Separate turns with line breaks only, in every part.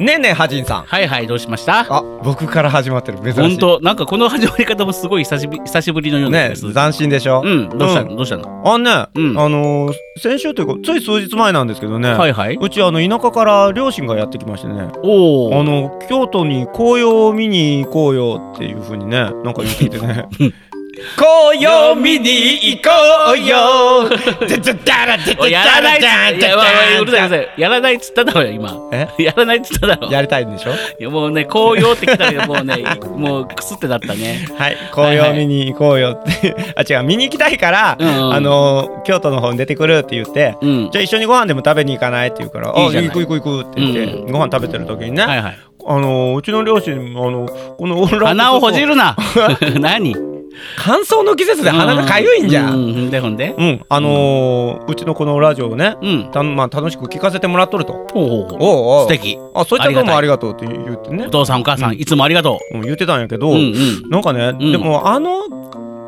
ねえねえはじんさん
はいはいどうしました
あ僕から始まってる珍しい
本当なんかこの始まり方もすごい久しぶり久しぶりのような気
ね
がする
斬新でしょ、
うんどうしたの、どうしたの
あね、
うん
あのー先週というかつい数日前なんですけどね、
はいはいう
ちあの田舎から両親がやってきましてね
お
あ
お
の京都に紅葉を見に行こうよっていう風にねなんか言っていて ね紅葉見に行こう よ
やらないっついやわわうるさ
い
いうるさいやらないっつっただろ今
え
やらないっつっただろ
やりたいんでしょ
いやもうね紅葉ってきたらもうねもうくすってなったね
はい紅葉見に行こうよって、あ違う見に行きたいから、
うんうん
あの京都の方に出てくるって言って、
うん
じゃあ一緒にご飯でも食べに行かないって言うから「
いい
あ
じゃない
行く行く行く」って言って、
う
ご飯食べてる時にね、
はいはい
あのうちの両親もあのこのオンライン
鼻をほじる な何
乾燥の季節で鼻がかゆいんじゃ
うんんうんでほんで
うん、あのーうちのこのラジオをね
うん
た、まあ、楽しく聞かせてもらっとると
おうおうおう
おうおう
素敵
あそういったどうもあ
あ
り
り
がとうって言ってね
お、父さんお母さん、いつもありがと
うん、言ってたんやけど、
ううんうん
なんかね、
うん
でもあの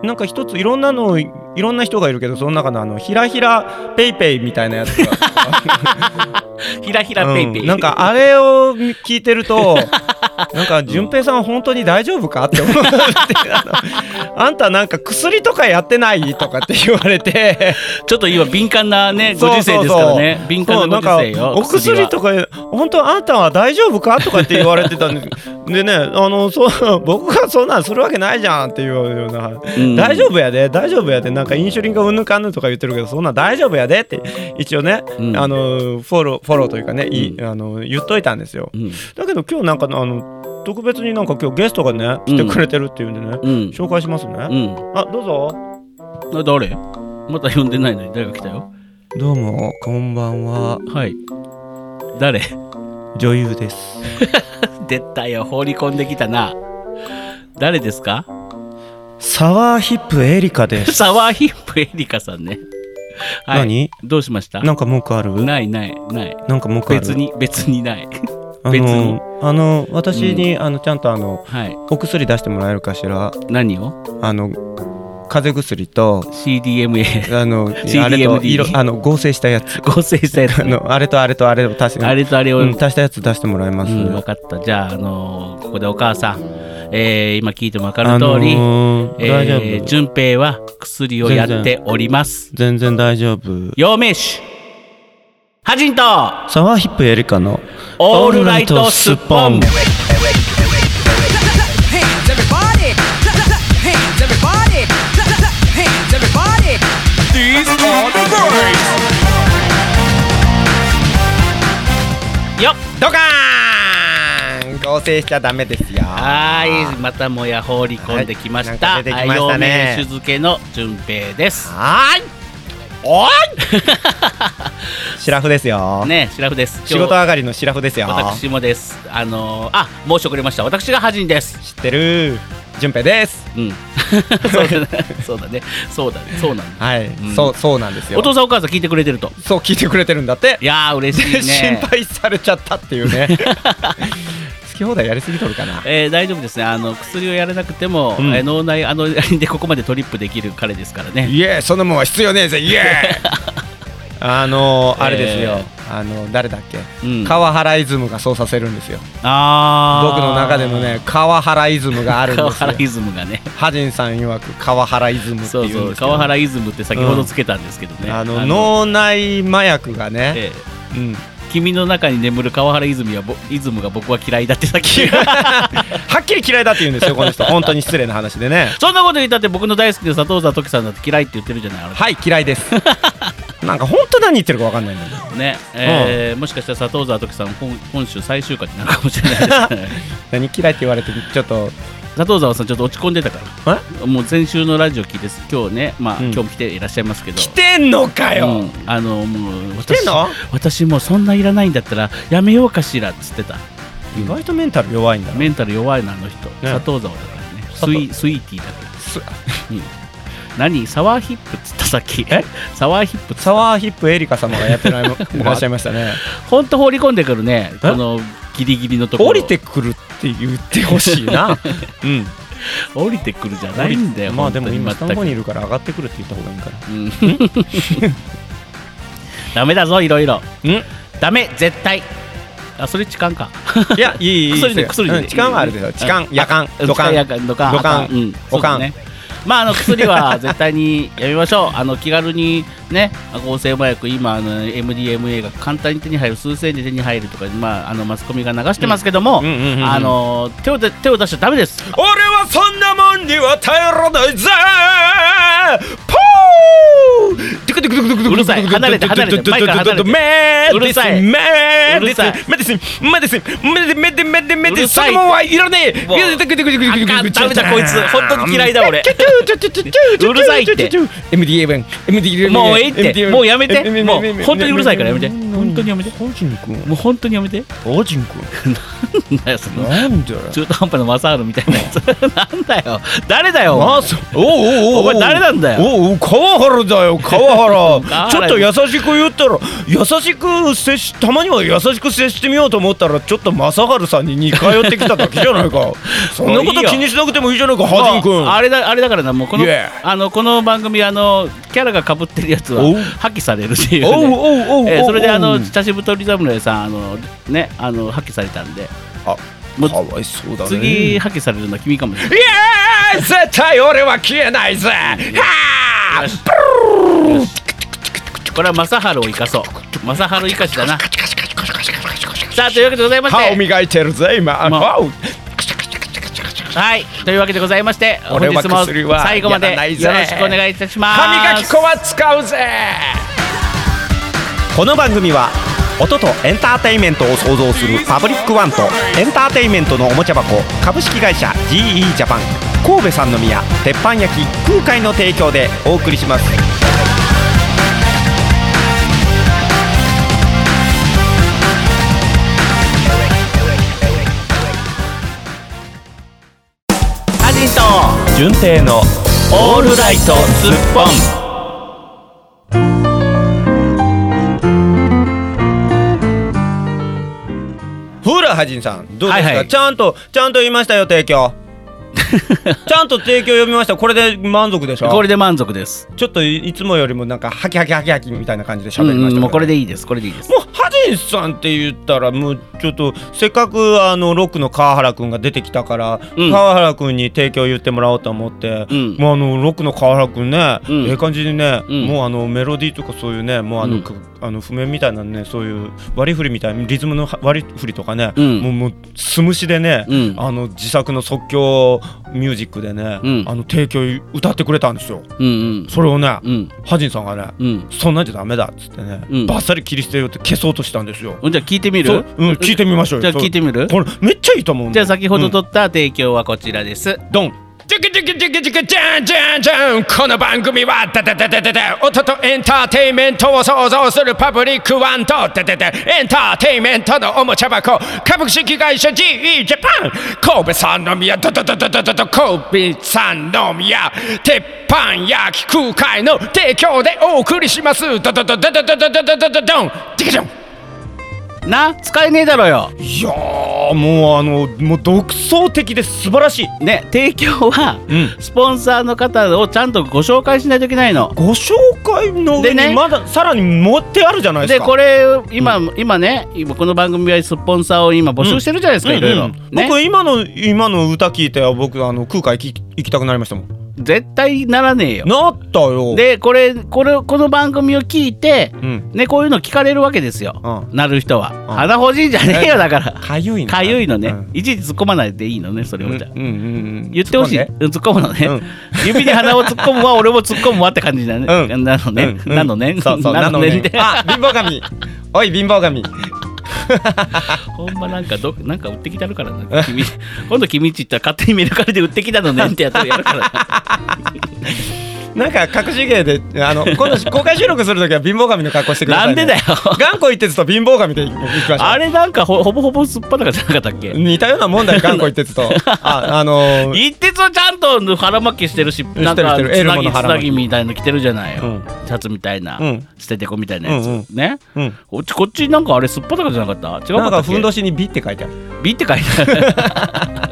なんか一ついろんなのいろんな人がいるけどその中のあのひらひらペイペイみたいなやつが、
ひらひらペイペイ、
うんなんかあれを聞いてると なんか順平さん本当に大丈夫かって思ってあ のあんたなんか薬とかやってないとかって言われて
ちょっと今敏感なねご
そう
時世ですからね敏
そう
感
な
なんご
か
時世よ
お薬とか本当あんたは大丈夫かとかって言われてたんで でねあのそう僕がそんなんするわけないじゃんっていうような。
薬はうん
大丈夫やで大丈夫やでなんかインシュリンがうんぬんかんぬんとか言ってるけどそんなん大丈夫やでって一応ね、
うん
あのフォローフォローというかね、いあの言っといたんですよ
うん
だけど今日なんかあの特別になんか今日ゲストがね来てくれてるっていうんでね、
うん
紹介しますね、
うん
あどうぞ
あ誰また呼んでないのに誰が来たよ
どうもこんばんは
はい誰
女優です
出たよ放り込んできたな誰ですか
サワーヒップエリカです
サワーヒップエリカさんねはい
何
どうしました
なんか文句ある
ないないない
なんか文句ある
別に別にない
あ
別に
のあの私に、あのちゃんとあの
はい
お薬出してもらえるかしら
何を
あの風邪薬と
CDMA
あの
CDMD
あれと色あの合成したやつ
合成したやつ
あのあれとあれとあれを足して
あれとあれを、
うん足したやつ出してもらいます、
うん、分かった。じゃあ、あのーここでお母さん、えー今聞いても分か
あ
る
の
通り、
ー大丈夫、
えー順平は薬をやっております。
全然大丈夫
陽明酒、ハジンと、
サワーヒップエリカの
オールライトスッポン。
hands, everybody. Clap, clap, clap, hands, everybody. Clap, clap, clap, hands, everybody. These are the birds.
よっ
ドカーン合成しちゃダメですよ
はーい、またもや放り込んできまし
は
た。
いなんか出てきましたね
陽明酒漬けの順平です。
はーいおいシラフですよ、
ねえ、シラフです。
仕事上がりのシラフですよ
今日私もです。あのーあ、申し遅れました。私がハジンです。
知ってる順平です
うん。そうだね。そうだね。そうだね。そうなんだ。
はい、
ん
そうそうなんですよ
お父さんお母さん聞いてくれてると。
そう聞いてくれてるんだって。
いやー嬉しいね
心配されちゃったっていうね好き放題やりすぎとるかな
えー大丈夫ですね。あの薬をやらなくても、
うん
えー脳内あの でここまでトリップできる彼ですからね。
いえそんなもんは必要ねえぜいえあのー、あれですよ、
え
あの誰だっけ、
うん
川原イズムがそうさせるんですよ
あー
僕の中でのね川原イズムがあるん
川
ですよ
原イズムがね。
ハジンさん曰く川原イズムってい
そうう
で
ん
すけ
そ
ど
う川原イズムって先ほどつけたんですけどね。
あの脳内麻薬がね、
えー
うん、
君の中に眠る川原イズムはぼイズムが僕は嫌いだってさっき。
はっきり嫌いだって言うんですよこの人本当に失礼な話でね
そんなこと言ったって僕の大好きな佐藤沢時さんだって嫌いって言ってるじゃないあなた
はい嫌いです なんか本当何言ってるかわかんないんだけど
ね、えーもしかしたら佐藤沢時さん本 本州最終回になるかもしれないですね
何嫌いって言われてちょっと
佐藤沢さんちょっと落ち込んでたからもう先週のラジオ聞いてす今日ねまあ、
うん
今日も来ていらっしゃいますけど
来てんのかよ、
うんあのもう
来て
私
んの
私もうそんないらないんだったらやめようかしらっつってた
意外とメンタル弱いんだな
メンタル弱いなあの人、
ね
佐藤沢だからね
佐
ス
藤
イスイーティーだから
す
何サワーヒップっつったさっき
え
サワーヒップっつっ
サワーヒップエリカ様がやってないのいらっしゃいま したね
たほんと放り込んでくるね
え
このギリギリのところ
降りてくるって言ってほしい なうん
降りてくるじゃないんだよ
まあでも今
本当
下の方
に全く
にいるから上がってくるって言った方がいいんか
うん ダメだぞいろいろ
なうん
ダメ絶対あそれ痴漢か
いやいいいいいい
薬ね
ですよ
薬ね
うん痴漢はあるでしょ痴漢夜間土
使いや
管
かん土管
土管
うん
おかん
そうだねまああの薬は絶対にやめましょうあの気軽にね合成麻薬今あの MDMA が簡単に手に入る数千円で手に入るとかまああのマスコミが流してますけども、
うんうんうんうん
あの手を出手を出しちゃダメです
俺はそんなもんには耐えられないぜポードゥクドゥクドゥクドゥクドゥク
うるさい離れて離れてマイから離れて
メ
うるさい
ディスメ
うるさい
ディスメディスメディスメディスメディスメディスメディ
うる
スそ
さい
のもんはいらねえ
もう
いやドゥクドゥクドゥクドゥクドゥク
あかんダメだこいつ本当に嫌いだ俺
チュチュチュチュチュチュチュ
うるさいって
MDA1 MDA1
もうええってもうやめて
MDA1
もう本当にうるさいからやめて本当にやめて
ハジン君
もう本当にやめて
ハジン君
なんだよその
なんだよ
中途半端なマサールみたいなやつなんだよ誰だよ
あそうおうおうおう
お前誰なんだよ
おうおう川原だよ川
川
原
原
ちょっと優しく言ったら優しく接したまには優しく接してみようと思ったらちょっと正治さんに似通ってきただけじゃない かそんなこと気にしなくてもいいじゃないか
もう
ハジン君
あれだあれだからなもうこの
Yeah
あのこの番組あのキャラが被ってるやつは
おう
破棄されるっていう、
おうお
ね
うおうおう
えーそれであの
おう
茶しぶとり侍さんあのねあの破棄されたんで
あ
もう
かわいそうだね
次破棄されるのは君かもしれない
いやー絶対俺は消えないぜはー
これは正治を生かそう正治生かしだなさあというわけでございまし
歯を
て
磨いてるぜ今
まあ
歯を
はいというわけでございまして本
俺は
日も
薬は
最後まで
や
よ
らな
ろ
い
し
ぜ
くお願いいたします
歯磨き粉は使うぜこの番組は音とエンターテインメントを創造するパブリックワンとエンターテインメントのおもちゃ箱株式会社 GE ジャパン神戸三宮鉄板焼き空海の提供でお送りします
アジト
純正の
オールライトスッポン
ほらはじんさんどうですか、
はいはい
ちゃんとちゃんと言いましたよ提 供ちゃんと提供読みましたこれで満足でしょ
これで満足です。
ちょっといいつもよりもなんかハキハキハキハキみたいな感じで
う
喋りまし
ん
たけど、
うん、もうこれでいいです。これでいいです。
もうハジンさんって言ったらもうちょっとせっかくあのロックの川原くんが出てきたから、
うん
川原くんに提供言ってもらおうと思って、
うん
もうあのロックの川原くんね、
うん
ええ感じにね、
うん
もうあのメロディーとかそういうねもうあの、
うん
くあの譜面みたいなねそういう割り振りみたいなリズムの割り振りとかね、
うん
もうもう素無視でね、
うん
あの自作の即興ミュージックでね、
うん
あの提供歌ってくれたんですよ。
うんうん
それをね、
うん
ハジンさんがね、
うん。
そんなんじゃダメだっつってね、
うん
バッサリ切り捨てようって消そうとしたんですよ。
じゃあ聞いてみ
そ
る
う、うん、聞いてみましょうよ。
じゃあ聞いてみる
そうこれめっちゃいいと思う。
じゃあ先ほど
と、
取った提供はこちらです。
ドン。ジャキジャキジャキジャキジャンジャンジャンこの番組はダダダダダダ音とエンターテインメントを創造するパブリックワンとダダダエンターテインメントのおもちゃ箱株式会社 GE ジャパン神戸三宮ダダダダダダダ神戸三宮鉄板焼き空海の提供でお送りしますダダダダダダダダダダダドンジャキジャン
な、使えねえだろよ。
いやーもうあのもう独創的で素晴らしい
ね、提供は、
うん
スポンサーの方をちゃんとご紹介しないといけないの。
ご紹介の上
で
に
ね
まださらに持ってあるじゃないで
です
か
これ今、今ね今この番組はスポンサーを今募集してるじゃないですか、いろいろ、
うんうん
ね
僕今の今の歌聞いて僕あの空海行き行きたくなりましたもん
絶対ならねえよ
なったよ
でこれこれこの番組を聞いて、
うん
ねこういうの聞かれるわけですよ、
う
なる人は、
ん
鼻欲しいんじゃねえよだから
かゆいの
かゆいのね、
うん
いちいち突っ込まないでいいのねそれ
うん
を
う
じゃあ、
んうん
言ってほしい
突
う
っ込んで
ん突っ込むのね、
うん
指に鼻を突っ込む わ俺も突っ込むわって感じだね、
うん
なのね、
うんうん
なのね
そうそう
な
な
の
の
ねっ
ね
て
あ貧乏神おい貧乏神
ほんまなんかどなんか売ってきたるからな君今度君んち行ったら勝手にメルカリで売ってきたのねってやつをや るからな
なんか隠し芸であの今度公開収録するときは貧乏神の格好してください、
な
ね、
んでだ よ
頑固一徹と貧乏神で行きましょう
あれなんかほほぼほぼすっぱだかじゃなかったっけ
似たようなもんだよ頑固一徹とああのー
一徹はちゃんと腹巻きしてるし、なんか
して
つ
るしてるエル
な
モ
ぎ
の
つ
腹
な
巻き
ぎみたいの着てるじゃないよ、
うん
シャツみたいな、
うん
捨ててこみたいなやつ、
うんうん
ね、
うん
こっちこっちなんかあれすっぱだかじゃなかった違う
なん
か
か
った
ふ
っ
ん
け
どしに美って書いてある
ビって書いてあ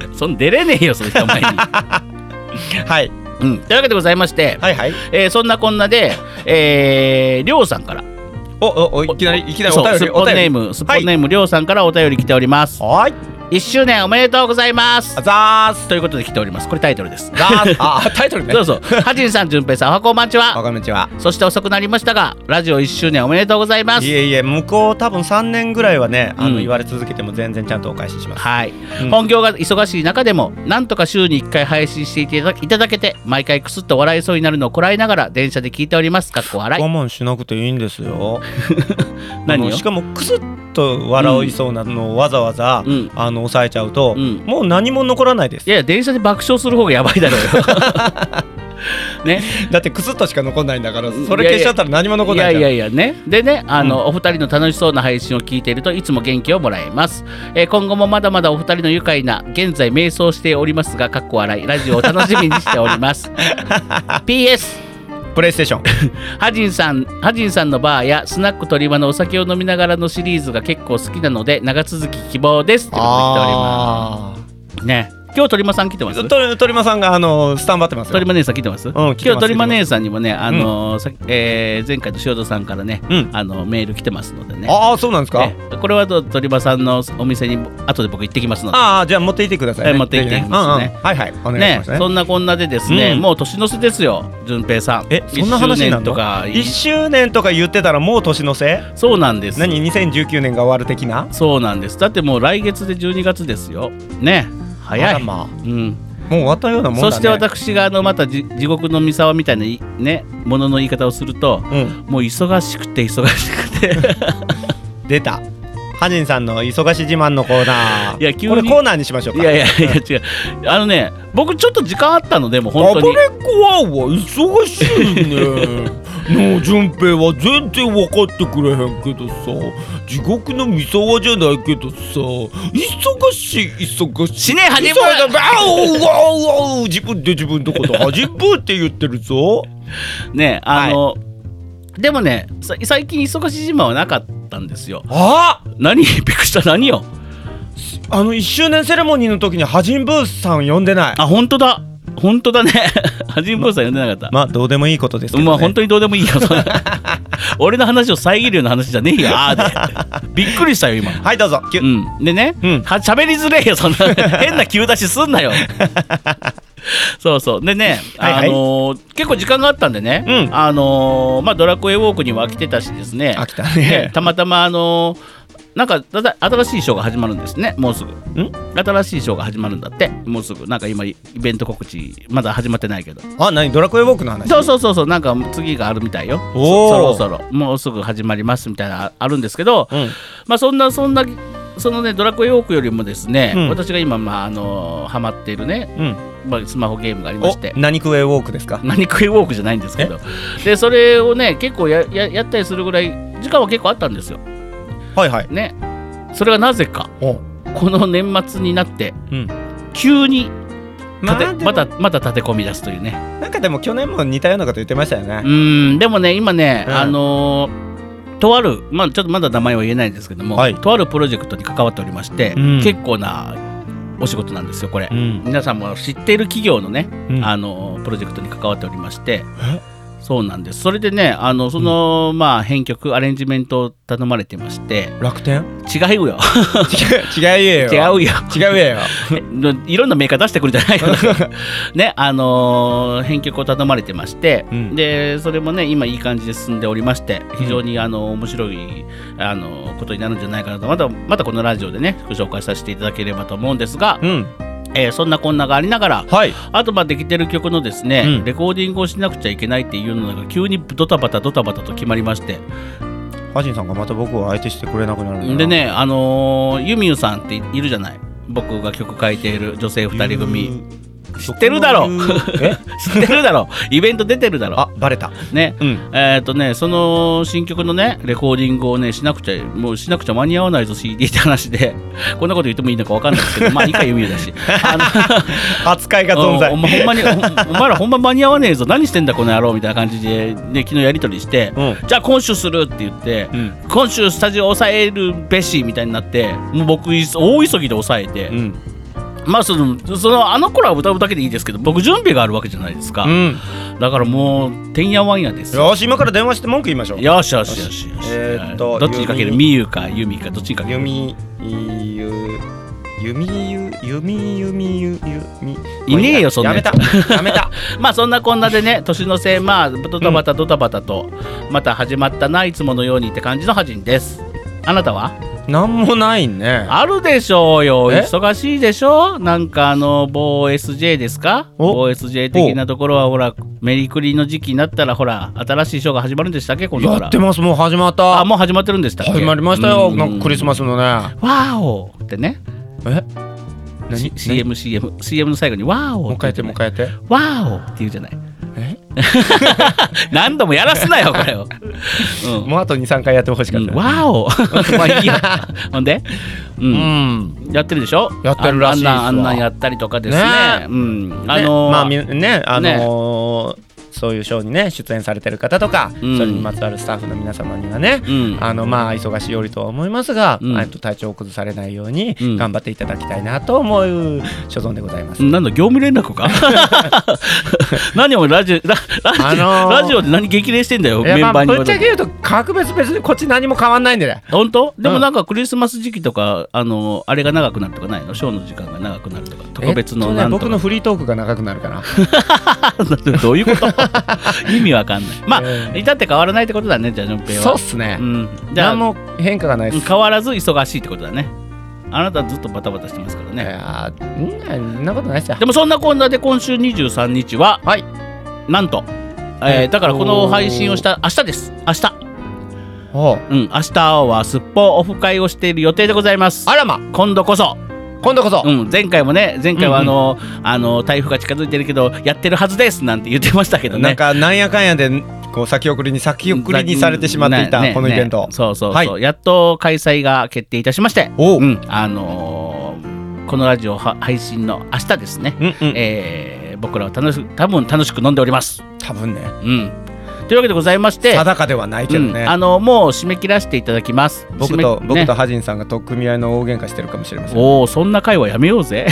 る そん出れねえよその人前に、
はい
うん、というわけでございまして、
はいはい
えーそんなこんなで、えー、りょうさんから
おおおいきなりいきなり
そ
お
う
便
すっ
り
ぽ
お
ん
便
ネー
り
ムすっぽんネームりょうさんからお便り来ております
はい
1周年おめでとうございます
あざーす
ということで来ておりますこれタイトルです
ざーすあタイトルね
そうそうはじんさんじゅんぺいさんおはこんばんち
あ
は
こんにちは
そして遅くなりましたがラジオ1周年おめでとうございます
いえいえ向こう多分3年ぐらいはねあ
うん
の言われ続けても全然ちゃんとお返しします、
はい、
うん
本業が忙しい中でもなんとか週に1回配信していただいただけて毎回クスッと笑いそうになるのをこらえながら電車で聞いておりますかっこ笑い
我慢しなくていいんですよ
何
あ
を
のしかもクスッと笑いそうなのをわざわざ、
うん
あの抑えちゃうと、
うん
もう何も残らないです
いやいや電車で爆笑する方がやばいだろうよ ね、
だってクスッとしか残んないんだから
ん
それ消しちゃったら何も残
い
んな
や
いじゃん
いやいやねでねあの、お二人の楽しそうな配信を聞いているといつも元気をもらえます、えー今後もまだまだお二人の愉快な現在迷走しておりますがかっこ笑いラジオを楽しみにしております PS
プレイステーション
ハジンさん、ハジンさんのバーやスナック鳥場のお酒を飲みながらのシリーズが結構好きなので長続き希望です。ってことで来ております。ね、今日鳥間さん来てます。
と鳥間さんがあのスタンバってますよ
鳥間姉さん来てます。
来てます
今日鳥間姉さんにもね、あのーさえー前回の塩田さんからね、
うん
あのメール来てますのでね。
ああそうなんですか、
ねこれはど鳥間さんのお店に後で僕行ってきますので。
ああじゃあ持っていってください、
え
ね、
持って行っ
ぜ
て
ひ
きますね
うんうんはいはいお願いし
ね
ますね
そんなこんなでですね、
うん
もう年の瀬ですよ、順平さん。
えそんな話になるの
1
1周
周年とか
年とか言ってたらもう年のせ
そうなんです。
何2019年が終わる的な
そうなんです。だってもう来月で12月ですよ。ね、早い。
あらまあ
うん、
もう終わったようなもんだね
そして私があのまたじ地獄の三沢みたいないねものの言い方をすると、
うん
もう忙しくて忙しく て
出たハジンさんの忙し自慢のコーナー
いや急に
これコーナーにしましょう
い
か
やいやいや違うあのね僕ちょっと時間あったのでもう本当に
っこはは忙し いねのう順平は全然分かってくれへんけどさ地獄の三沢じゃないけどさ忙しい忙しい
死ね始まる
忙しいあおうおうおう自分で自分のこと始ぶって言ってるぞ
ねあの、でもねさ最近忙しい自慢はなかったんですよ
あ
何びっくりした何よ
あの1周年セレモニーの時にハジンブースさん呼んでない
あ本当だ本当だね はじめ坊さん呼んでなかった
まあどうでもいいことですけど、ね、
まあ本当にどうでもいいよ。 それ俺の話を遮るような話じゃねえよ。あーで。びっくりしたよ、今。
はいどうぞキュ
う
ッ
ん、でね、
うん
は喋りづれえよ、そん な変な急出しすんなよ。そうそう。でね、
はいはい
あのー結構時間があったんでね、
うん
あのーまあ、ドラクエウォークには飽きてたしですね、
飽きた
ね
ね
たまたま、あのーなんかただ新しいショーが始まるんですね、もうすぐ。
ん
新しいショーが始まるんだって、もうすぐ。なんか今、イベント告知、まだ始まってないけど。
あ何ドラクエウォークの話
そうそうそうそうなんか次があるみたいよ
おー
そそろそろもうすぐ始まりますみたいなあるんですけど、
うん
まあそんなそんなそのねドラクエウォークよりもですね、
うん
私が今まああのハマっているね、
うん
まあ、スマホゲームがありま
お
して
何クエウォークですか
何食いウォークじゃないんですけどでそれをね結構やややったりするぐらい時間は結構あったんですよ
はいはい
ねそれがなぜか
お
この年末になって
うん
急に
ま
立
あ、
てま
ま
た
た
また立て込み出すというね
なんかでも去年も似たようなこと言ってましたよね
う、ーんでもね今ね、
うん
あのーとある、まあ、ちょっとまだ名前は言えないんですけども、
はい
とあるプロジェクトに関わっておりまして、
うん
結構なお仕事なんですよこれ、
ん
皆さんも知っている企業のね、
うん
あのープロジェクトに関わっておりましてそうなんですそれでねあのその、まあ編曲アレンジメントを頼まれてまして
楽天
違うよ
違う違う
違
よ
うよ
違うよ
いろんなメーカー出してくるんじゃな いのねあのー編曲を頼まれてまして、
うん
でそれもね今いい感じで進んでおりまして非常にあの面白いあのことになるんじゃないかなとまたまたこのラジオでねご紹介させていただければと思うんですが、
うん
えーそんなこんながありながら
はい
あとまあできてる曲のですね、
うん
レコーディングをしなくちゃいけないっていうのが急にドタバタドタバタと決まりまして
ハジンさんがまた僕を相手してくれなくなるんだな
でねあのーユミユさんっているじゃない僕が曲書いている女性2人組。知ってるだろ
え
知ってるだろイベント出てるだ ろ
あバレた
ね、
うん
えっ、とねその新曲のねレコーディングをねしなくちゃもうしなくちゃ間に合わないぞ CD って話でこんなこと言ってもいいのかわかんないですけどまあいいかゆみだしあ
扱いが
の
存在
お前ほんまに ほんお前らほんま間に合わねえぞ何してんだこの野郎みたいな感じで、ね、昨日やり取りして、
うん
じゃあ今週するって言って、
うん
今週スタジオ抑えるべしみたいになってもう僕い大急ぎで抑えて、
うん
まあそのそのあの頃は歌うだけでいいですけど僕準備があるわけじゃないですか、
うん
だからもうてんやわんやですよ
よし今から電話して文句言いましょう
よしよしよしよし、
えーっと
どっちにかけ
ゆ
る
み
みゆかゆみかどっちにかける
弓ゆ弓ゆ弓弓ゆ弓
いねえよそんな
や
や
め
つ
たやめた
まあそんなこんなでね年のせいまあドタバタドタバタと、また始まったないつものようにって感じのハジンですあなたは
なんもないね
あるでしょうよ
え
忙しいでしょなんかあの某 SJ ですか
お
某 SJ 的なところはほらメリクリの時期になったらほら新しいショーが始まるんでしたっけ今度か
や
ら
ってますもう始まっ
あ
た
もう始まってるんでしたっけ
始まりましたよなんかクリスマ
ス
スのね
わーおーってね
え何
CMCMCM の最後にわーお
もう
ー
一回やってもう一回やって
わーおーって言うじゃない
え
何度もやらすなよこれを、うん
もうあと23回やってほしか
う
っ
ん、
た
わーおーまあいいやほんでう
うんん
やってるでしょ
やってるらしいですわ
ああんなんあんなんやったりとかですね
ね
うんあ
あ
の
の
ー
まあみねあのーそういうショーにね出演されてる方とか、
うん
それにまつわるスタッフの皆様にはね、
うん
あのまあ忙しいよりとは思いますが、
うん
えっと体調を崩されないように
うん
頑張っていただきたいなと思う所存でございます。
なんだ業務連 絡か何をラジオララジオ、
あのー
ラジオで何激励してんだよ
いや
メンバーに
まあぶっちゃけ言うと格別別にこっち何も変わんないんでね。
本当で
う
も
ん
なんかクリスマス時期とかあのーあれが長くなるとかないのショーの時間が長くなるとか特別
えっ
の
とね
なんとか、
僕のフリートークが長くなるかな。
どういうこと意味わかんないまあ、
え
至って変わらないってことだねじゃあジョンペイは
そうっすね。
うん、じゃあ
何も変化がないです。
変わらず忙しいってことだねあなたずっとバタバタしてますから
い
ね、
やーんそんなことないっすよ
で。もそんなこんなで今週23日は、
はい
なんと、
え
え
っ
ー、
と
だからこの配信をした明日です明日
おう
うん明日はすっぽオフ会をしている予定でございます
あらま
今度こそ、
今度こそ、
うん、前回もね前回はあ
うんう
の、あの台風が近づいてるけどやってるはずですなんて言ってましたけどね
なんかなんやかんやでこう先送りに先送りにされてしまっていた
ねね
このイベント、
ねそうそうそう、
は
やっと開催が決定いたしまして
おう
うんあのーこのラジオは配信の明日ですね、
うんうん
えー僕らは楽しく多分楽しく飲んでおります
多分ね
うん、というわけでございまして、
定かではないけ
う
ど
ん
ね、
あのもう締め切らせていただきます。
僕と、
締め
僕と
ね
ハジンさんがと組み合いの大喧嘩してるかもしれません
おおそんな会はやめよ うぜ。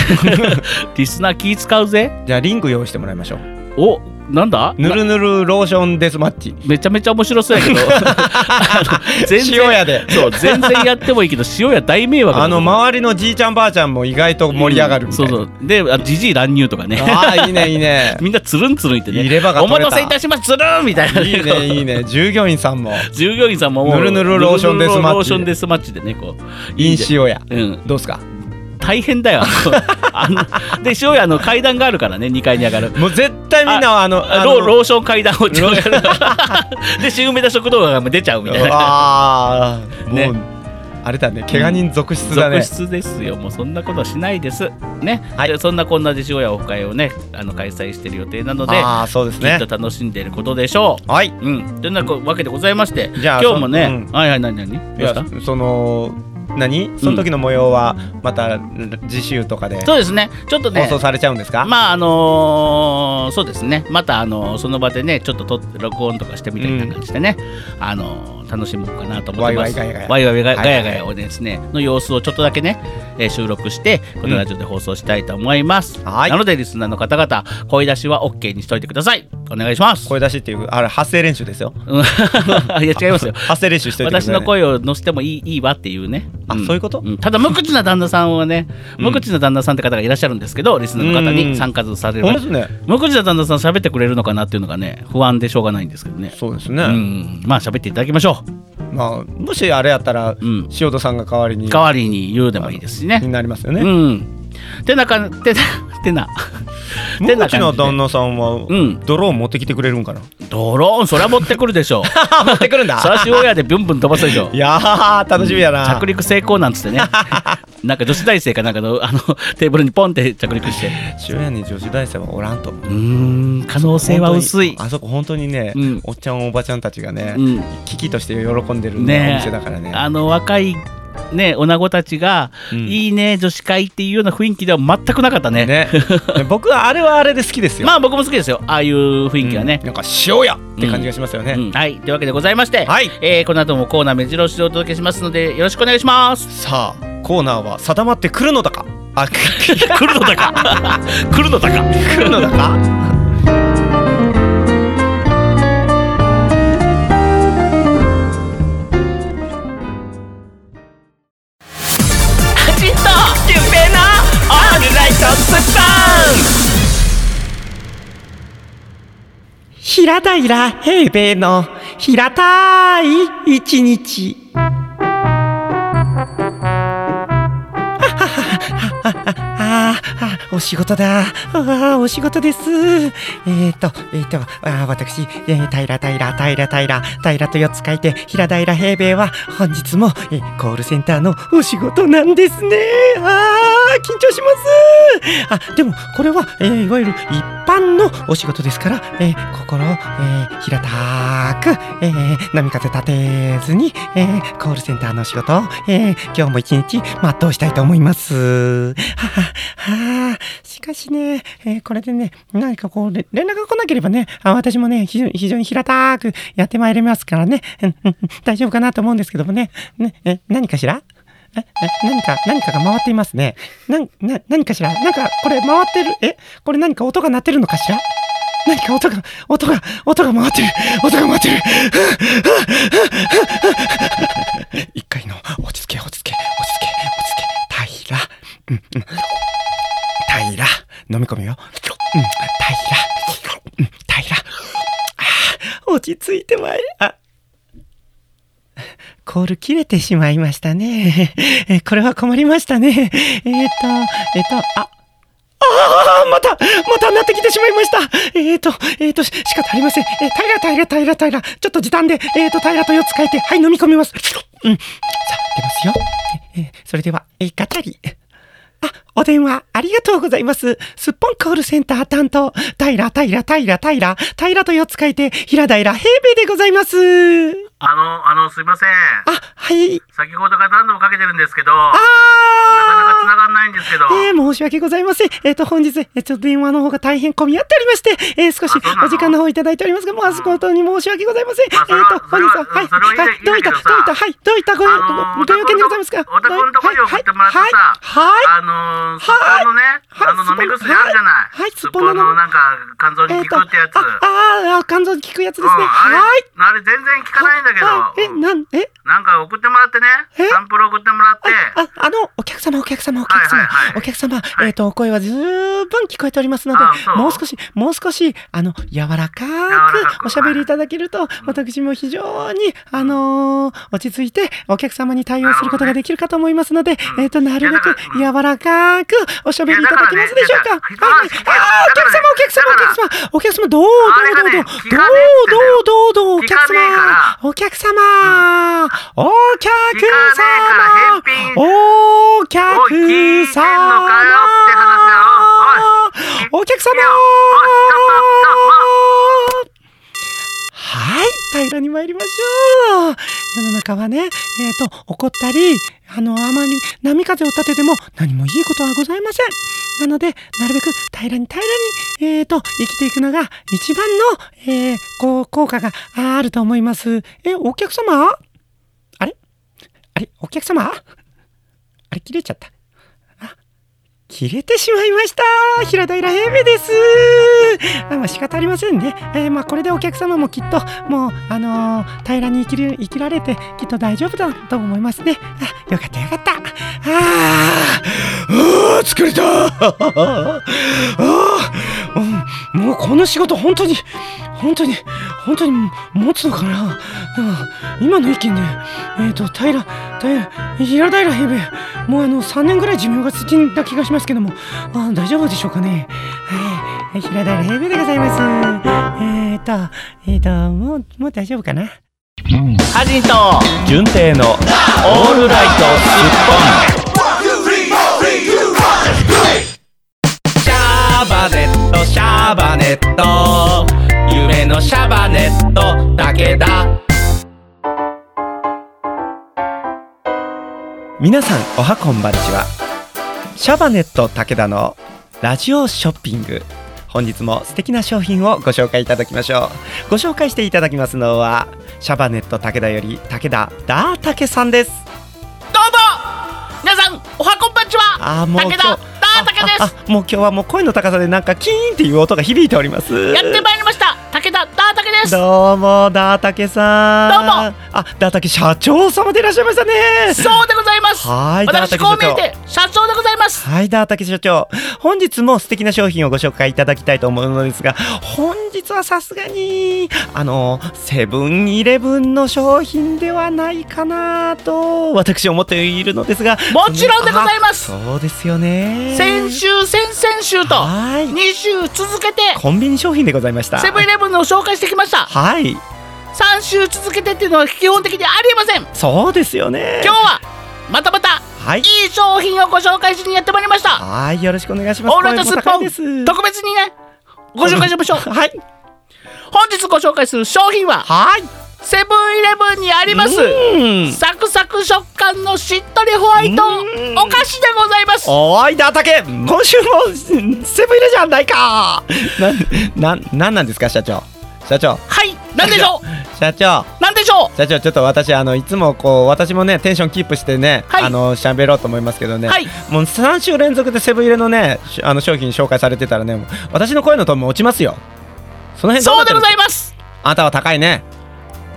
リスナー気使うぜ。
じゃあリング用意してもらいましょう
おなんだ
ぬ
な
るぬるローションデスマッチ
めちゃめちゃ面白そうやけどあの全然
塩屋で
そう全然やってもいいけど塩屋大迷惑だ
あの周りのじいちゃんばあちゃんも意外と盛り上がるみたいな、
そうそうであジジイ乱入とかね
ああいいねいいね
みんなつるんつるんいってね
入れ歯が
お
取れ
待
た
たせいたしますつるんみたいない
いねいいね従業員さんも
従業員さんももう
ぬるぬるローションデスマッチ
ぬるぬるローションデスマッチでねこういい
飲
じゃん
塩屋
うん
どうすか
大変だよ。あのあので、塩屋あの階段があるからね、2階に上がる。
もう絶対みんなはあのあ
ロー
の
ローション階段をちょっとで、シウメダ食堂が出ちゃうみたいな。
ああ、
ね
もうあれだね、怪我人続出だ
続
ね。
出ですよ。もうそんなことはしないです。ね。
はい
でそんなこんなで塩屋オフ会をね、あの開催している予定なので、
ああ、そうです
きっ
ね
と。楽しんでいることでしょ。
はい。いう
うん。というなわけでございまして、
じゃあ
今日もね、
そ
はいはい、何何どうし
や
た
その何？その時の模様はまた次週とかで
そうですね。ちょっと
放
ね、
送されちゃうんですか？
まああのーそうですねまたあのーその場でねちょっと撮って録音とかしてみたりなんかしてね、あのー楽しもうかなと思っ
ワ
てます
イワイガヤガヤ
ワイワイガヤガヤ
はいはいはい
をですねの様子をちょっとだけね、えー収録してこのラジオで放送したいと思います、
はい
なのでリスナーの方々声出しは OK にしといてくださいお願いします
声出しっていうあれ発声練習ですよ。
うんいや違いますよ
発声練習しといてくだ
私
さいね。
の声を乗せてもいいいいわっていうね、
あ
ん
そういうこと
んただ無口な旦那さんはね、
うん
無口な旦那さんって方がいらっしゃるんですけどリスナーの方に参加される
本当ですね。
無口な旦那さん喋ってくれるのかなっていうのがね不安でしょうがないんですけどね
そうです
う
ね。
んまあ喋っていただきましょ
まあもしあれやったら
う、うん、
塩田さんが代わりに
代わりに言うでもいいですし
に
ね
なりますよ
う
ね。
んてなかてなてな
無口の旦那さんは
うん
ドローン持ってきてくれるんかな？
ドローンそりゃ持ってくるでしょう
持ってくるんだ
そらし親でビュンビュン飛ばすでしょ
いやー楽しみやな。
着陸成功なんつってねなんか女子大生かなんかのあのテーブルにポンって着陸して
塩屋に女子大生はおらんと思う
うーん可能性は薄
本
い
当にあそこ本当にね、
うん
おっちゃんおばちゃんたちがね、
うん
キキとして喜んでる
ねえ
ねお店だからね
あの若いね女子たちが、
うん
いいね女子会っていうような雰囲気では全くなかったね
ね僕はあれはあれで好きですよ
まあ僕も好きですよああいう雰囲気はね
うん、なんか塩屋って感じがしますよね、
うんはいというわけでございまして、
はい
えーこの後もコーナー目白押しでお届けしますのでよろしくお願いします
さあコーナーは定まってくるのだかあ 来
来るのだか来るのだか
るのだか
ちっとキュンベなオールライトスパ
平平平米の平たい一日。ああ、お仕事だ。ああ、お仕事です。えっ、と、えっ、と、ああ私、えー、平平平平平と四つ書いて、平平平米は本日も、えーコールセンターのお仕事なんですね。ああ、緊張します。あ、でも、これは、えーいわゆる一般のお仕事ですから、えー心を、えー平たーく、えー波風立てずに、えーコールセンターの仕事を、えー今日も一日全うしたいと思います。はあ、はあ、しかしね、えーこれでね、何かこう、れ連絡が来なければね、あ私もね、非常に非常に平たーくやってまいりますからね、うんうんうん大丈夫かなと思うんですけどもね、ねえ何かしらええ何か、何かが回っていますね。なん、な、何かしらなんか、これ回ってる、えこれ何か音が鳴ってるのかしら何か音が、音が、音が回ってる音が回ってる一回の、落ち着け、落ち着け、落ち着け、落ち着け、平。うん、うん。平。飲み込むよ。うん、平。うん、平。あー落ち着いてまいり、あ、コール切れてしまいましたね。えこれは困りましたね。えっ、と、えっ、と、あ、ああまたまたなってきてしまいましたえっ、と、えっ、と、し仕方ありません。えー、平、平、平、平。ちょっと時短で、えっ、と、平と4つ書いて、はい、飲み込みます。うん。さあ、出ますよ。えーそれでは、えー、ガタリ。あ、お電話ありがとうございます。すっぽんコールセンター担当、平、平、平、平、平と4つ書いて、平平平米でございます。
あの、あの、すいません。
あ、はい。
先ほどから何度もかけてるんですけど、
あ
なかなか
あ
繋がんないんですけど、
えー、申し訳ございません。えっ、と、本日、えーちょっと電話の方が大変混み合っておりまして、えー少し
あそうなの
お時間の方いただいておりますが、もう、あすことに申し訳ございません。
まあそれは
えっ、と、本日は、
それは
はい、
それはいいん
はい、ど
だ
ういった、
い
ど
いんだけどさ
ういった、はい、どういったご、
あ
ご、
のー
ご用件でございますか
お宅のとこに送ってもらって
はい、
さ
はい、
あのー、スッ
はい
ポンのね、
はい
あの飲み薬あるじゃない。
はいはい
スッポンのなんか肝臓
え
に
っ、
効くってやつ。
あ、あー、あ肝臓に効くやつ
うん
ですね。
あれ
はい。
あれ全然効かないんだけ
はいえ、
ど、
なん、え、
なんか送ってもらってね
え、
サンプル送ってもらって、
あ、あの、お客様、お客様、お客
は
様
いはいは、い
お客様、
い
えっと、お声は十分聞こえておりますので
あそ、う
もう少し、もう少し、あの、柔らか
柔らか
く
く
おしゃべりいただけると、私も非常に、あのー、落ち着いて、お客様に対応することができるかと思いますので、
うん
えっと、なるべく
いや
柔らかくおしゃべりいただけますでしょうか。はい
いやだからねだから
あーお客様、お客様、お客
だからね
様、お客様、どう、どう、どう、どう、どう、ど
あれがね聞かね
う、どう、どう、お
聞
客
かねえから
様、お客様、お客
聞かね
그
えから返品
お客様
おい聞いてんのかよって
네,
話だよ
お客様
いやお
はい平らに参りましょう世の中はね、えっと怒ったりあのあまり波風を立てても何もいいことはございませんなのでなるべく平らに平らに、えっと生きていくのが一番の、えーこう効果があると思いますえお客様あれあれお客様あれ切れちゃった切れてしまいました平平平米ですあまあ仕方ありませんね、えーまあこれでお客様もきっともうあのー平らに生きる生きられてきっと大丈夫だと思いますねあよかったよかったあーあー疲れたあー、うん、もうこの仕事本当に本当に本当に持つのかなうん今の意見でえっ、と平平平平平米もうあの3年ぐらい寿命が縮んだ気がしますけどもあ大丈夫でしょうかねはい平平平米でございますえっ、とえっ、ともうもう大丈夫かな
ンアジンと
純正の
オールライト
シャバネットシャバネット夢のシャバネットだけだ
皆さんおはこんばんちはシャバネット武田のラジオショッピング本日も素敵な商品をご紹介いただきましょうご紹介していただきますのはシャバネット武田より武田ダータケさんです
どうも皆さん
あーもう今
武
日
田だー武です
ああもう今日はもう声の高さでなんかキーンっていう音が響いております
やってまいりました武田ダータケです
どうもダータケさん
どうも
あダータケ社長様でいらっしゃいましたね
そうでございます
はい
私
ダータケ
こう見えて社長でございます
はいダータケ社長本日も素敵な商品をご紹介いただきたいと思うのですが本日はさすがにあのセブンイレブンの商品ではないかなと私思っているのですが
もちろんでございます
あそうですよね
先週先々週と
はい
2週続けて
コンビニ商品でございました
セブンイレブンのを紹介してきました
はい
3週続けてっていうのは基本的にありえません
そうですよね
今日はまたまた
はい
いい商品をご紹介しにやってまいりました
はいよろしくお願いします
オールナイトスッポ
声も高いです
ン特別にねご紹介しましょう
はい
本日ご紹介する商品は
はい
セブンイレブンにあります
うん
サクサク食感のしっとりホワイト
うん
お菓子でございます
おーいだたけ今週もセブンイレじゃないかなんなんなんなんですか社長社長
はい何でしょう
社長
何でしょ
社長ちょっと私あのいつもこう私もねテンションキープしてね、
はい
あの喋ろうと思いますけどね、
はい
もう3週連続でセブン入れのねしあの商品紹介されてたらねもう私の声のトーンも落ちますよその
う
辺どう
そ
なっ
う
て
で
る
ございます
あなたは高いね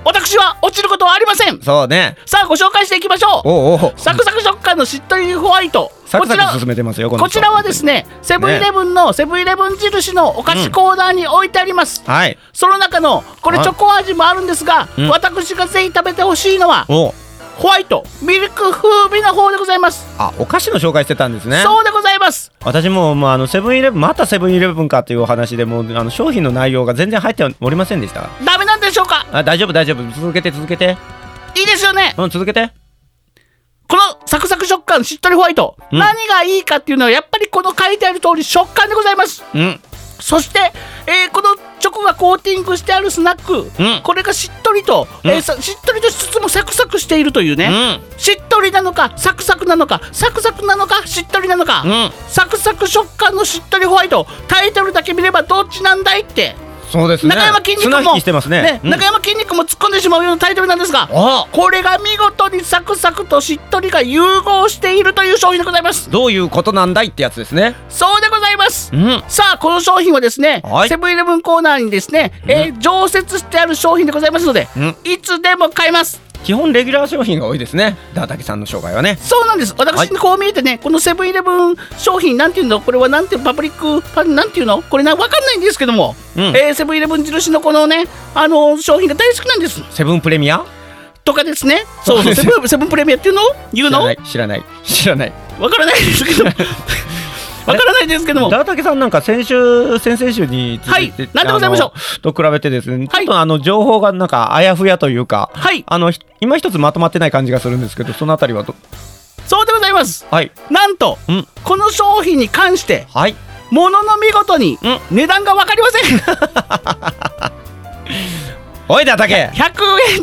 私は落ちることはありません
そうね
さあご紹介していきましょう
おうおう
サクサク食感のしっとりホワイト
サクサ
こ
ク進
ちら
めてますよこの人
こちらはですねセブンイレブンのセブンイレブン印のお菓子コーナーに置いてあります、
はい
その中のこれ
はい
チョコ味もあるんですが、
うん
私がぜひ食べてほしいのは
おう
ホワイトミルク風味の方でございます、
あお菓子の紹介してたんですね
そうでございます
私ももうあのセブンイレブンまたセブンイレブンかというお話でもうあの商品の内容が全然入っておりませんでした
ダメなんでしょうか
あ大丈夫大丈夫続けて続けて
いいですよね
うん続けて
このサクサク食感しっとりホワイト、
うん
何がいいかっていうのはやっぱりこの書いてある通り食感でございます
うん
そして、えーこのチョコがコーティングしてあるスナック、
うん
これがしっとりと、えーさしっとりとしつつもサクサクしているというね、しっとりなのかサクサクなのかサクサクなのかしっとりなのか、
うん
サクサク食感のしっとりホワイトタイトルだけ見ればどっちなんだいって
そうですね
中山筋肉
綱引
も
きしてますねうん
中山筋肉も突っ込んでしまうようなタイトルなんですが
あ
これが見事にサクサクとしっとりが融合しているという商品でございます
どういうことなんだいってやつですね
そうでございます
うん
さあこの商品はですね
はい
セブンイレブンコーナーにですね、えー常設してある商品でございますので、
うん
いつでも買えます
基本レギュラー商品が多いですねダータケさんの紹介はね
そうなんです私こう見えてね、このセブンイレブン商品なんていうのこれはなんていうパブリックパなんていうのこれなわかんないんですけども、
うん
えーセブンイレブン印のこのねあの商品が大好きなんです
セブンプレミア
とかですねそうそうセブンセブンプレミアっていうの言う
知
の
らない知らない知らない
わからないですけ どわからないですけども
ダータケさんなんか先週先々週に続いて、
はいなんでございましょう
あのと比べてですねちょ
は
っ
い
とあの情報がなんかあやふやというか
はい
あのひ今一つまとまってない感じがするんですけどそのあたりはど
そうでございます
はい
なんと
うん
この商品に関して
はい
ものの見事に
う
値段がわかりません100
おいだたけ
円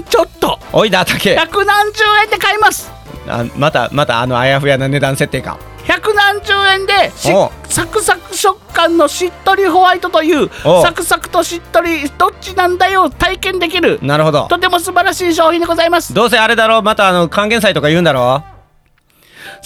ちょっと
おいだたけ
百何十円で買います
あまたまたあのあやふやな値段設定か
百何十円でし
おう
サクサク食感のしっとりホワイトという
おう
サクサクとしっとりどっちなんだよを体験できる
なるほど
とても素晴らしい商品でございます
どうせあれだろうまたあの還元祭とか言うんだろ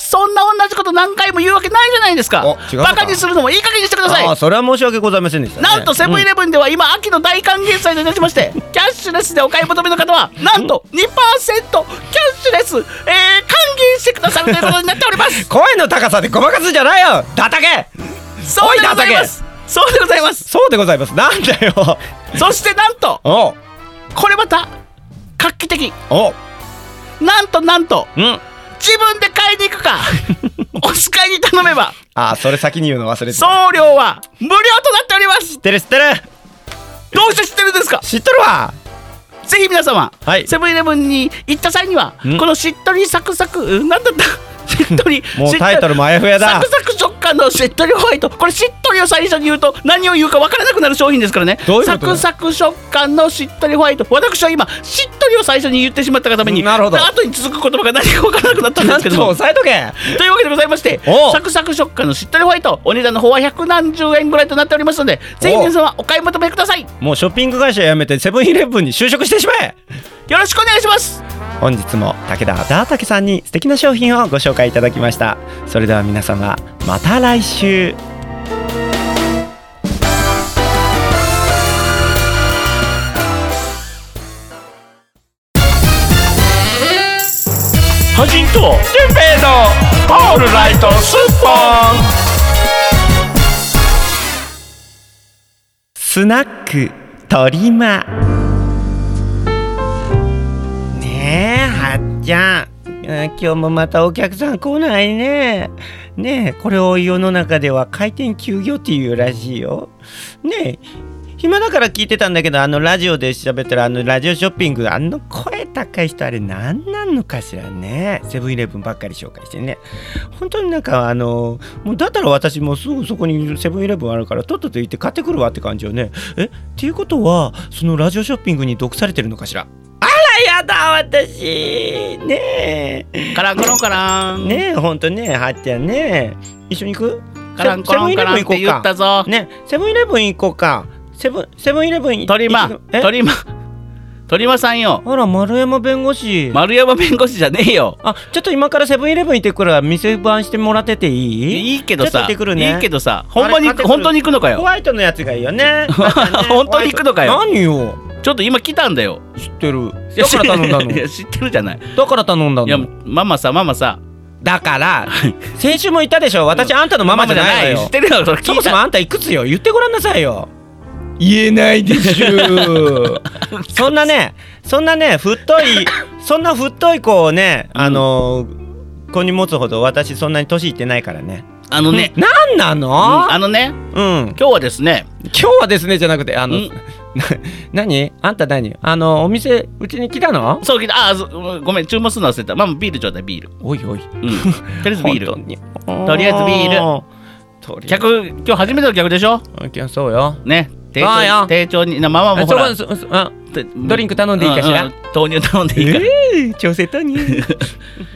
そんな同じこと何回も言うわけないじゃないですか
お違うのか
バカにするのもいい加減にしてください
ああそれは申し訳ございませんでした、ね、
なんとセブンイレブンでは今秋の大歓迎祭といたしまして キャッシュレスでお買い求めの方はなんと2%キャッシュレス、えー、還元してくださるということになっております
声の高さでごまかすんじゃないよだたけ
そうでございますそうでございます
そうでございますなんだよ
そしてなんと
おう
これまた画期的
おう
なんとなんと
うん
自分で買いに行く かお使いに頼めば
ああそれ先に言うの忘れてた
送料は無料となっておりま
知
す
ってる知ってる
どうして知ってるんですか
知っとるわ
ぜひ皆様、
はい
セブンイレブンに行った際には、
ん
このしっとりサクサク、うんな んだった、しっとり、
もう
しっとり
タイトルもあやふやだ
サクサク食感のしっとりホワイト、これしっとりを最初に言うと、何を言うかわからなくなる商品ですからね。
どういうこと
サクサク食感のしっとりホワイト、私は今、しっとりを最初に言ってしまったがために、
うんなるほど
後に続く言葉が何かわからなくなったん で
なん
すけ
と
ども。
抑えとけ
というわけでございまして
おう
サクサク食感のしっとりホワイトお値段の方は百何十円ぐらいとなっておりますのでぜひ皆様お買い求めください
もうショッピング会社辞めてセブンイレブンに就職してしまえ
よろしくお願いします
本日も武田ダータケさんに素敵な商品をご紹介いただきましたそれでは皆様また来週
ハジンとテンペイのオールライトスッポン
スナックとりま
ねえはっちゃんうん今日もまたお客さん来ないねねえこれを世の中では開店休業っていうらしいよねえ暇だから聞いてたんだけどあのラジオで喋ったらあのラジオショッピングあの声高い人あれ何なんのかしらねセブンイレブンばっかり紹介してね本当になんかあのもうだったら私もうすぐそこにセブンイレブンあるからとっとと行って買ってくるわって感じよねえっていうことはそのラジオショッピングに毒されてるのかしらやだ私ねえ
カランコロンカラン、
ねえほんとねえはっちゃんねえ一緒に行く
カランコロンカランって言ったぞ
ねえセブンイレブン行こうかセブンセブンイレブン行
鳥間
え
鳥間鳥間さんよ
あら丸山弁護士、
丸山弁護士じゃねえよ
あちょっと今からセブンイレブン行ってくるから店番してもらってていい
いいけど
ちょっと行
さ
ってくるね
いいけどさほんまに
あれ買ってくる
本当に行くのか
ホ
よ
ワイトのやつがいいよね
本当に行くのかよ
ホワイト何よ
ちょっと今来たんだよ
知ってるだから頼んだの
いや知ってるじゃない
だから頼んだ
いや
の
ママさママさ
だから先週も言ったでしょ私あんたのママじゃないの
ママ
よ
知ってるよそれ聞いた
そもそもあんたいくつよ言ってごらんなさいよ言えないでしょ そんなねそんなね太いそんな太い子をねあのー子に持つほど私そんなに年いってないからね
あのね
なんな
うん
の
あのね
うん
今日はですね
今日はですねじゃなくてあの
うん
何あんた何あのお店うちに来たの
そう聞いたああそごめん注文するの忘れたママビールちょうだいビール
おいおい
うん とりあえずビール
本当に
とりあえずビー
ルとりあえず
客今日初めての客でしょ
そうよ
ね丁
ああ
重
よ
丁重になママもほら
あそうそうあ
ド
ドリンク頼んでいいかしら
豆乳頼んでいいか
えー調整とに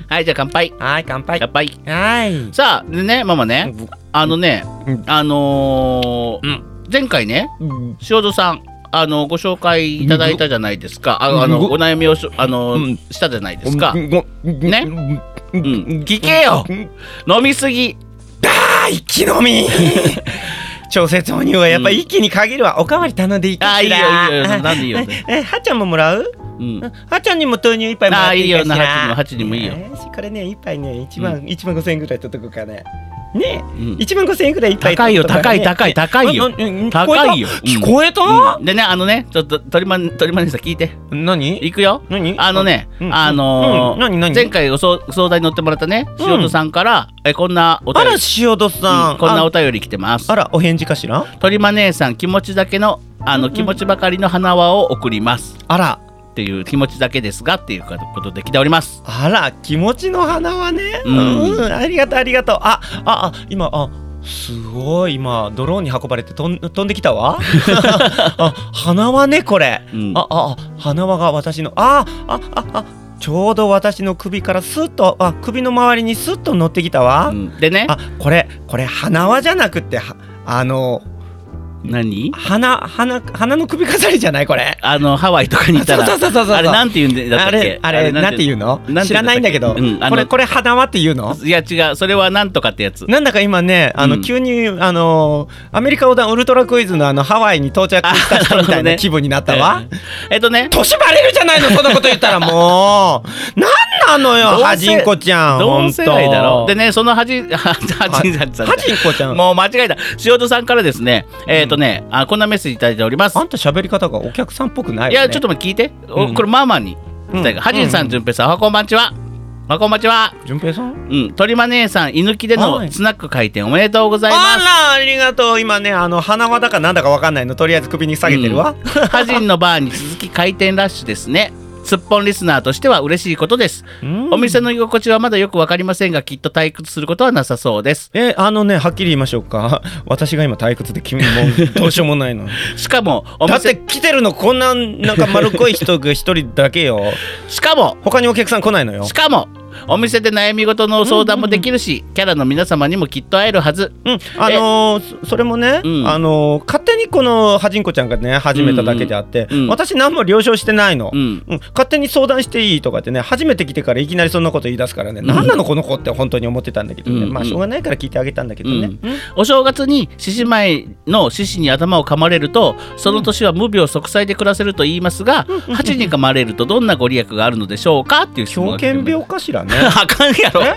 はいじゃあ乾杯
はい乾杯
乾杯
はい
さあでねママねあのね
うん
あのー前回ね
うん
塩戸さんあのご紹介いただいたじゃないですかああの
うん
お悩みをしあの
うん
したじゃないですか
ね
ねうん聞けよ飲みすぎ
あ一気飲み 調整投入はやっぱ一気に限るわ、おかわり頼んでいいか
あいい
し
よ
ら
いいよなんでいいよ
えはっちゃんももらう
うん
はっちゃんにも豆乳一杯もらっていいかしら
あいいよなはっちにもはっちにもいいよ
よしこれね一杯ね一万一、万五千円ぐらい取っとこうかねね
うん
一、万五千円ぐらい一杯
高いよ
取っとこ
高
うか
い
ね
高い高いよ
ななな
高いよ
聞こえた、
うんでねあのねちょっと鳥ま鳥まねさん聞いて
何
いくよ
何
あのね、
うん
あのー
うん何何
前回おそ相談に乗ってもらったね、
うん
塩戸さんから、えこんなお
あ
便り
ら、塩戸さん、
うんこんなお
あ
便り来てます
あ。らお返事かしら
鳥マ姉さん、気持ちだけの、あの、気持ちばかりの花輪を送ります。
あら
っていう気持ちだけですがっていうことで来ております。
あら気持ちの花はね、
う
うんん、ありがとうありがとうあああ今あすごい今ドローンに運ばれて飛ん飛んできた わあ花はねこれ、
うん
あああ花輪が私のああああちょうど私の首からスッとあ首の周りにスッと乗ってきたわ、
うんでね、
あこれこれ花輪じゃなくってはあの
何
花花花の首飾りじゃないこれ
あの、ハワイとかに行ったら、
そうそうそうそうそう
あれなんて言うんでだった
あ
っけ
れあれなんて言うの
なんて言うんだっけ
知らないんだけど、
うんあの
これこれ花輪って言うの
いや違う、それはなんとかってやつ。
なんだか今ね、あの、
うん
急に、あのーアメリカ横断ウルトラクイズのあの、ハワイに到着した人みたいな気分になったわ。
えっとね、
年バレるじゃないの、そんなこと言ったらもう。なんなのよ、
どうせ
はじんこちゃん。
同世代だろ。
ほんと
でね、その はじ、はじ、はじ、はじ
はじんこちゃん。
もう間違えた塩戸さんからですねえっ、とね、あこんなメッセージいただいております
あんた喋り方がお客さんっぽくないよ、ね。
いやちょっと待って聞いて、お
うん
これママに
うん
伝えがはじんさんじゅんぺいさんおはこんばんちはおはこんばんちは
順平さん。
うん鳥間姉さん居抜きで
は
の
い
スナック開店おめでとうござい
あ
ます
ら、ありがとう。今ね、あの、花輪だかなんだかわかんないの、とりあえず首に下げてるわ。
はじんのバーに続き開店ラッシュですねすっぽんリスナーとしては嬉しいことです、
うん
お店の居心地はまだよくわかりませんがきっと退屈することはなさそうです
え、あのね、はっきり言いましょうか。 私が今退屈で君もうどうしようもないの。
しかもお
だって
店
来てるのこんななんか丸っこい人が一人だけよ
しかも
他にお客さん来ないのよ
しかもお店で悩み事の相談もできるし、キャラの皆様にもきっと会えるはず
うん、あのーそそれもね、
うん
あのー勝手にこのはじんこちゃんがね始めただけであって、
うんうん
私何も了承してないの、
う
うんん勝手に相談していいとかってね初めて来てからいきなりそんなこと言い出すからね、何なのこの子って本当に思ってたんだけどね、
うん
まあしょうがないから聞いてあげたんだけどね、
うんお正月に獅子舞の獅子に頭を噛まれるとその年は無病息災で暮らせると言いますが蜂に噛まれるとどんなご利益があるのでしょうかっていう質問
狂
が来て
犬
ます
病かしらね
あかんやろ
え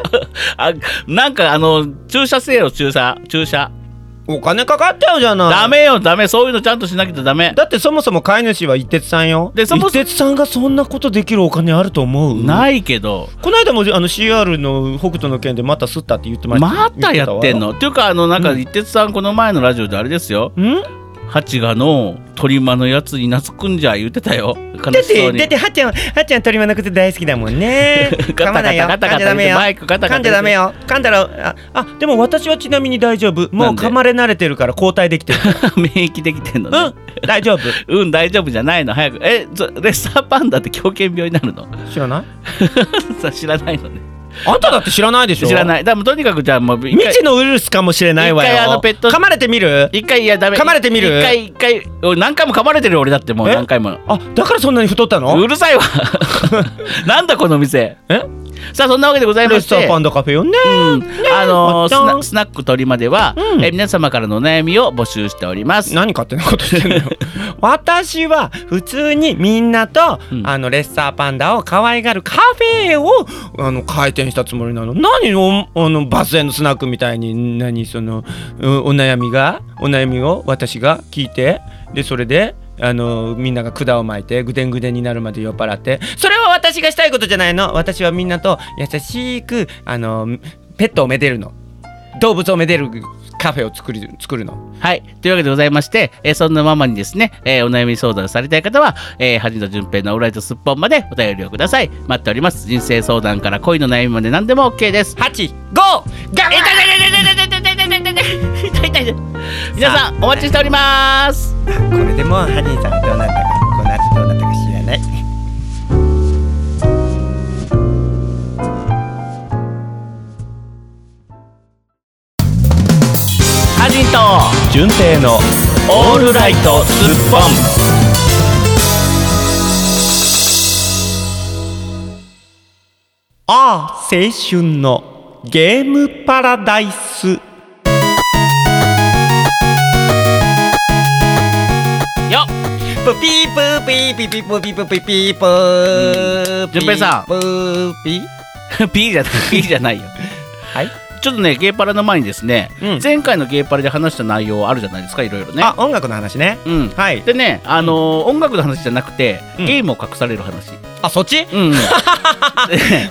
あなんかあの注射せよ注射注射
お金かかっちゃうじゃない
ダメよダメそういうのちゃんとしなきゃダメ
だってそもそも飼い主は一徹さんよ
でそもそ
一徹さんがそんなことできるお金あると思う
ないけど
この間もあの CR の北斗の件でまたすったって言ってました
またやってん
の
のっていうかあのなんか一徹さんこの前のラジオであれですよ
ん
蜂がの鳥間のやつに懐くんじゃ言ってたよ悲
だっ
しそう
て、
に
だって、はっちゃん、はっちゃん、鳥間のこと大好きだもんね。噛まないよ。
ガタガタ
噛んじゃダ
ガタガタ
メよ。
マイクガタガタ
噛んじゃダメよ。噛んだら、あ、あ、でも、私はちなみに大丈夫。もう
なんで
噛まれ慣れてるから、交代できてる。
免疫できてんの
う
ね
ん、大丈夫。
うん大丈夫じゃないの早くえずレッサーパンダって狂犬病になる の
知らない。
さ知らないのね
あんただって知らないでしょ
知ら
い。
ないだからもうとにかくじゃあもう一
未
回
知のウイルスかもしれないわよ。
一回あのペット
噛まれてみる。
一回いやダメ
噛まれてみる
一回一回お何回も噛まれてるよ俺だってもう
え
何回も
あ、だから、そんなに太ったの
う。る さいわなんだこの店
え
さあそんなわけでござい
レ
ま
ッ
し
サ
て
ーパンダカフェよね。
うんあのー
おっ
ス
ちゃん
ナスナック鳥までは、
うん
え皆様からのお悩みを募集しております
何勝手なことしてん のよ私は普通にみんなと、
うん
あのレッサーパンダを可愛がるカフェをあの開店したつもりなの何をあのバスへのスナックみたいに何そのうお悩みがお悩みを私が聞いてでそれであのみんなが管を巻いてぐでんぐでんになるまで酔っ払ってそれは私がしたいことじゃないの私はみんなと優しくあのペットをめでるの動物をめでるカフェを作る作るの。
はい。というわけでございまして、えーそんなママにですね、えーお悩み相談されたい方は、えー、はじとじゅんぺいのオールライトすっぽんまでお便りをください。待っております。人生相談から恋の悩みまで何でも OK です。
八五
痛い痛い痛い痛い痛い痛い痛い痛い痛い痛い痛い皆さん、お待ちしております。
これでもうハニーさんがどうなったかこの後どうなったか知らない
はじと、
純正の
オールライトすっぽん。
ああ青春のゲームパラダイス
よ
ぷぴーぷーぴーぴーぷーぴーぷーぴーぴーぷー
純平さん
ぷーぴー
っ P じゃない、P じゃないよ。
はい
ちょっとね、ゲーパラの前にですね、
うん
前回のゲーパラで話した内容あるじゃないですか、いろいろね。
あ音楽の話ね
うん、
はい
でね、あのー音楽の話じゃなくて、
うん
ゲームを隠される話。
あそっち
うん、で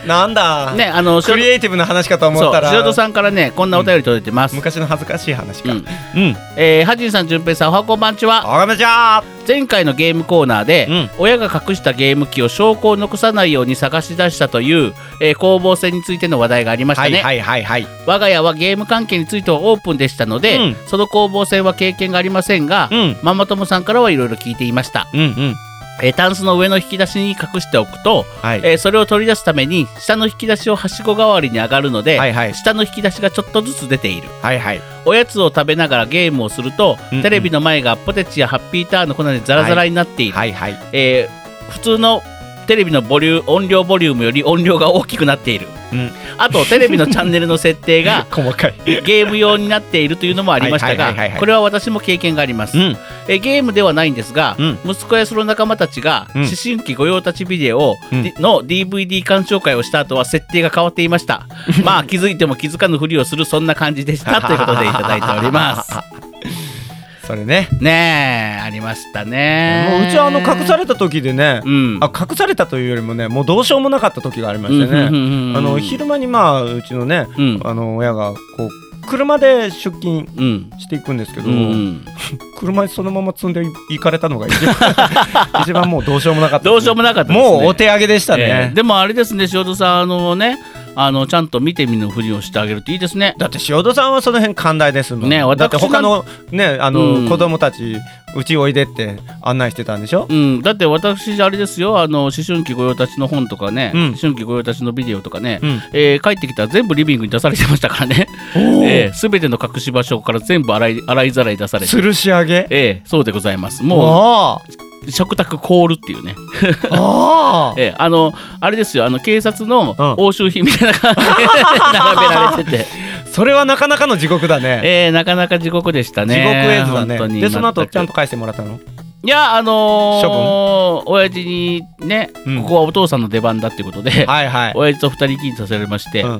なんだ
ね、あの
ク
白
リエイティブな話かと思
そ
っ
う
たら
白戸さんからね、こんなお便り届いてます。
昔の恥ずかしい話か
う
うんん
えー、はじんさん、じゅんぺいさん、おはこんばんちは。
あがめちゃ
前回のゲームコーナーで、
うん
親が隠したゲーム機を証拠を残さないように探し出したという、えー攻防戦についての話題がありました
は
ね。
いはいはいはい
我が家はゲーム関係についてはオープンでしたので、
うん
その攻防戦は経験がありませんが、
うん
ママ友さんからはいろいろ聞いていました。
うんうん
えータンスの上の引き出しに隠しておくと、
はい
えーそれを取り出すために下の引き出しをはしご代わりに上がるので、
はいはい
下の引き出しがちょっとずつ出ている
はいはい
おやつを食べながらゲームをすると、
うんうん
テレビの前がポテチやハッピーターンの粉でザラザラになっている、
はいはい
えー普通のテレビのボリュー音量ボリュームより音量が大きくなっている、
うん
あとテレビのチャンネルの設 定が
細かい
ゲーム用になっているというのもありました
は
が
いはいはいはいはい
これは私も経験があります、
うん
えーゲームではないんですが、
うん
息子やその仲間たちが
うん
思春期御用達ビデオ
うん
の DVD 鑑賞会をした後は設定が変わっていました、まあ気づいても気づかぬふりをするそんな感じ でしたということでいただいております
それね
ねえありましたね
もううちはあの隠さ
れ
れた時でね、
うん
あ隠されたというよりもねもうどうしようもなかった時がありまして
うんうん
ね、
うんうん
あの昼間にまあうちのね、
うん
あの親がこう車で出勤
うん
していくんですけど、
うん
車にそのまま積んで行かれたのが一 番一番もうどうしようもなかったですね、
どうしようもなかったですね
もうお手上げでした
え
ね
ー、でもあれですね塩田さんあのねあのちゃんと見て見ぬふりをしてあげるといいですね。
だって塩戸さんはその辺寛大ですもん
ね私
だって他のねあの、
うん
子供たちうちおいでって案内してたんでしょ
うん、だって私、あれですよ、あの思春期御用達の本とかね、
うん
思春期御用達のビデオとかね、
うん
えー帰ってきたら全部リビングに出されてましたか らね、すべ、 えー全ての隠し場所から全部洗い洗いざらい出されて、
吊るし上げ
えーそうでございます、も
あ
う食卓凍るっていうね、
あああ
えーあのあれですよあの、警察の
うん
押収品みたいな感じで 並べられてて、
それはなかなかの地獄だね
えーなかなか地獄でした
地獄
ね、
絵図だ
本当に
ねでその後
全く
ちゃんと返してもらったの
いや、あのー、親父にね、
うん
ここはお父さんの出番だってことで、
はいはい
親父と二人きりにさせられまして、
うん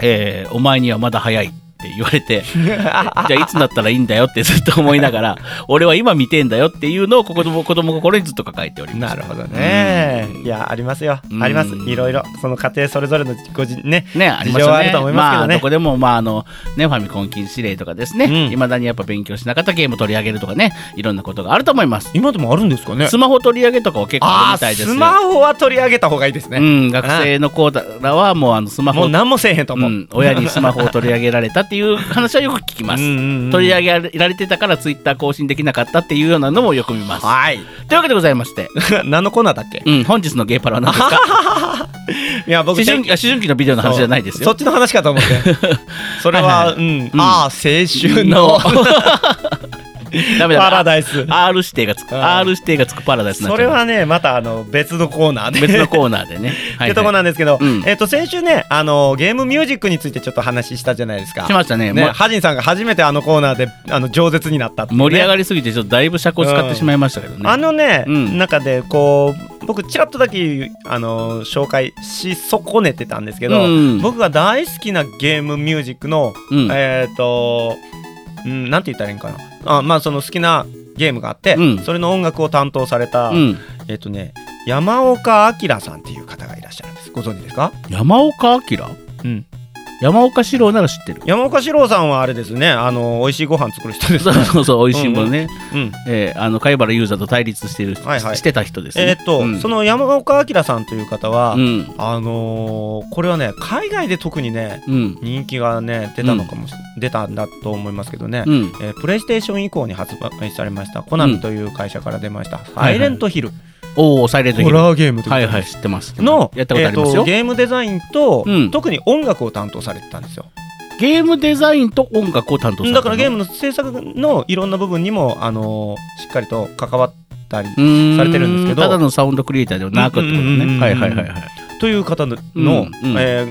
えーお前にはまだ早いって言わ れてじゃあいつになったらいいんだよってずっと思いながら俺は今見てんだよっていうのを子供子供心にずっと抱えております
なるほどねいやありますよ
うん
ありますいろいろその家庭それぞれのごじね
ね、あります
事情
よね。
はあると思いますけどね
あ、どこでも、まあ、あの、ね、ファミコン禁止令とかですね。
うん
いまだにやっぱ勉強しなかったゲーム取り上げるとかね、いろんなことがあると思います。
今でもあるんですかね
スマホ取り上げとかは結構ある
あ
みた
あ
いです
ス
よ。
マホは取り上げた方がいいです
う
ね
ん、学生の子らはもうあのスマホ
もう何もせえへんと思
う、
うん
親にスマホを取り上げられたっていう話はよく聞きます。
うんうんうん
取り上げられてたからツイッター更新できなかったっていうようなのもよく見ます。
はい
というわけでございま して、
何のコーナーだっけ
うん、本日のゲイパラは何ですか
いや僕
思春期あ思春期のビデオの話じゃないです
そ
よ
っ。ちの話かと思って それは、
はいはい
うん、
うん
ああ青春 の
ダメ
パラ
だ。
ダイス
R 指定がつく、
うん
R 指定がつくパラダイスにな
そ
っち
れ
ゃう
はねまたあの別のコーナーで
別のコーナーでね。
っ
はい
てとこなんですけど、
うん
えっと先週ねあのゲームミュージックについてちょっと話したじゃないですか
しましたね
ね
もう
ハジンさんが初めてあのコーナーであの饒舌になったっていうね、
盛り上が
り
りすぎてちょっとだいぶ尺を使ってしまいましたけどね。
あのね、
うん
中でこう僕ちらっとだけあの紹介し損ねてたんですけど、
うん
僕が大好きなゲームミュージックの
うん
えっ、と、うん、なんて言ったらいいんかなあまあその好きなゲームがあって、
うん
それの音楽を担当された、
うん、
えっ、とね山岡明さんっていう方がいらっしゃるんですご存知ですか
山岡明、
うん
山岡四郎なら知ってる。
山岡史郎さんはあれですねあの美味しいご飯作る人です
そう
ね、
そう そう、美味しいものね。
うん、
えー、あの貝原雄三と対立してる、
はいはい
してた人ですね。
えっ、と、
うん、
その山岡明さんという方は、
うん
あのーこれはね海外で特にね
うん
人気がね出たのかもし、出たんだと思いますけどね、
うん
えープレイステーション以降に発売されましたコナミという会社から出ました「サイレントヒル」
おおサイレントヒル
ラーゲーム
はいはい知ってます
の
やったことあります
えー
よ、
とゲームデザインと、
うん
特に音楽を担当されてたんですよ
ゲームデザインと音楽を担当され
だからゲー
ム
ムの制作のいろんな部分にも、あのーしっかりと関わったりさ
さ
れてるんですけど
ただのサウンドクリエイターではなくってこと
うんうんうんう
ね
ん
はいはいはいはい
という方の、
うんうん
え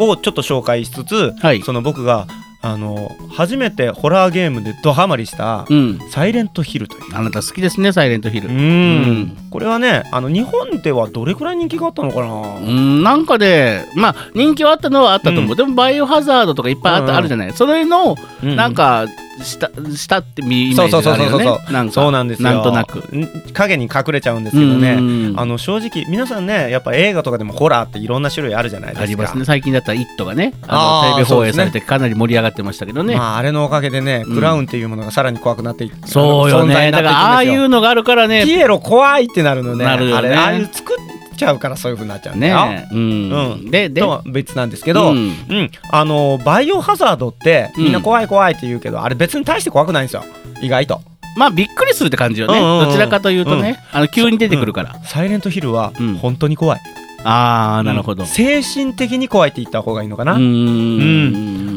ーをちょっと紹介しつつ、
はい
その僕が、あのー初めてホラーゲームでドハマりした
うん
「サイレントヒル」という。
あなた好きですねサイレントヒル
う
うん
んこれはねあの日本ではどれくらい人気があったのかな
なんかでまあ人気はあったのはあったと思う、
う
でもバイオハザードとかいっぱいあ,、
うんうん
あるじゃないそれの
う
なんかしたしたってみイメ
そ
ー
うそう
ジ
そ
が
う
あ
そう
るよ
そうそう
ねなんか
そうなんですよ
なんとなく
ん影に隠れちゃうんですけど
う
ね
ん
あの正直皆さんねやっぱ映画とかでもホラーっていろんな種類あるじゃないですか
ありますね最近だったら「イット!」がね
あ
あ
ー
のテレビ放映されてかなり盛り上がってましたけどね。
まああれのおかげでね
うん
クラウンっていうものがさらに怖くなっていく
そうよ
存在
ね
にな
だ
っていくんですよ
からああいうのがあるからね
ピエロ怖いってなるのね
なるよ
あ
ね
れああいう作っちゃうからそういうふうになっちゃうんだよ
ねうん
うん
でで
とは別なんですけど、
うん
うん、あのバイオハザードってみんな怖い怖いって言うけど、あれ別に大して怖くないんですよ意外と
まあびっくりするって感じよね
うんうんうん
どちらかというとねあの急に出てくるから
サイレントヒルは
うん
本当に怖い、
ああなるほど
うん精神的に怖いって言った方がいいのかな、
うー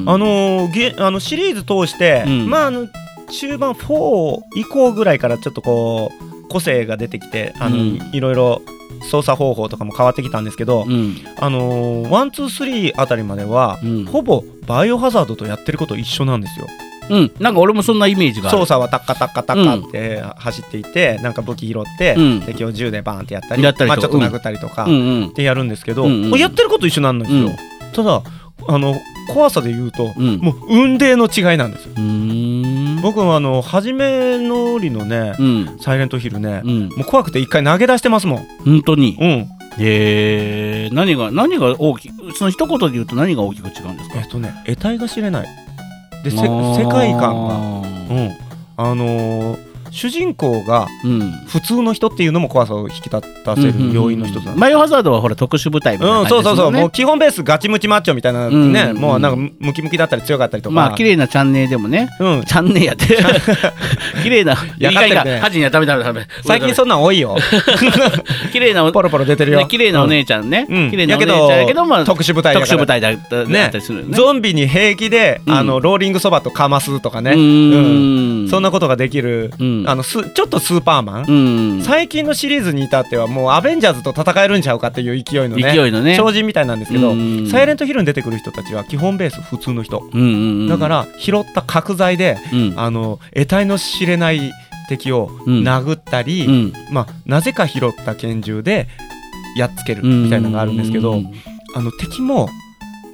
ん
あのーゲあのシリーズ通して、
うん
まああの中盤4以降ぐらいからちょっとこう個性が出てきてあの、
うん
いろいろ操作方法とかも変わってきたんですけど、
うん
あのー、123あたりまでは、
うん
ほぼバイオハザードとやってること一緒なんですよ。
うんなんか俺もそんなイメージがあ
操
る
作はタッカタッカタッカって走っていて、なんか武器拾って、
うん
敵を銃でバーンってやったり
やったり
まあ、
と
ち
か
ょっと殴ったりとか、
うんうん
でやるんですけど、
うんうん
もうやってること一緒なんですよ、
うん
ただあの怖さで言うと、
うん
もう運命の違いなんですよ
うーん
僕はあの初めのりのね、
うん
サイレントヒルね、
うん
もう怖くて一回投げ出してますもん、
本当に
うん、
へえ何が何が大きくその一言で言うと何が大きく違うんですか
えっとね得体が知れないでせ
あー
世界観が、うん、あのー主人公が
うん
普通の人っていうのも怖さを引き立たせる要因の一つなんですよ
マイオハザードはほら特殊部隊みたい
うん、
な
そう
感じで
そう
す
そ
も
う、
んね
もう基本ベースガチムチマッチョみたいなね、
うんうんうん
もうなんかムキムキだったり強かったりとか、
まあ綺麗なチャンネルでもね
うん、
チャンネルやって綺麗な
や
や
が
が
ってるね
いが恥にはダメダメダメ
最近そんなん多い よ、
綺麗なお
ポロポロ出てるよ
ね、綺麗なお姉ちゃんね、
うん
綺麗なお姉ちゃんやけど、まあ、
特殊部隊だから
特殊部隊だっただ
ね
ったりするよね。
ゾンビに平気で、
うん
あのローリングそばとかますとかね、
う
うん
ーん、
そんなことができる、
うん
あのすちょっとスーパーマン、
うん、
最近のシリーズに至ってはもうアベンジャーズと戦えるんちゃうかっていう勢いのね
勢いのね
超人みたいなんですけど、
うん
サイレントヒルに出てくる人たちは基本ベース普通の人、
うんうんうん、
だから拾った角材で
うん、
あの得体の知れない敵を
うん
殴ったり、
うん、
まあ、なぜか拾った拳銃でやっつけるみたいなのがあるんですけど、
うん
あの敵も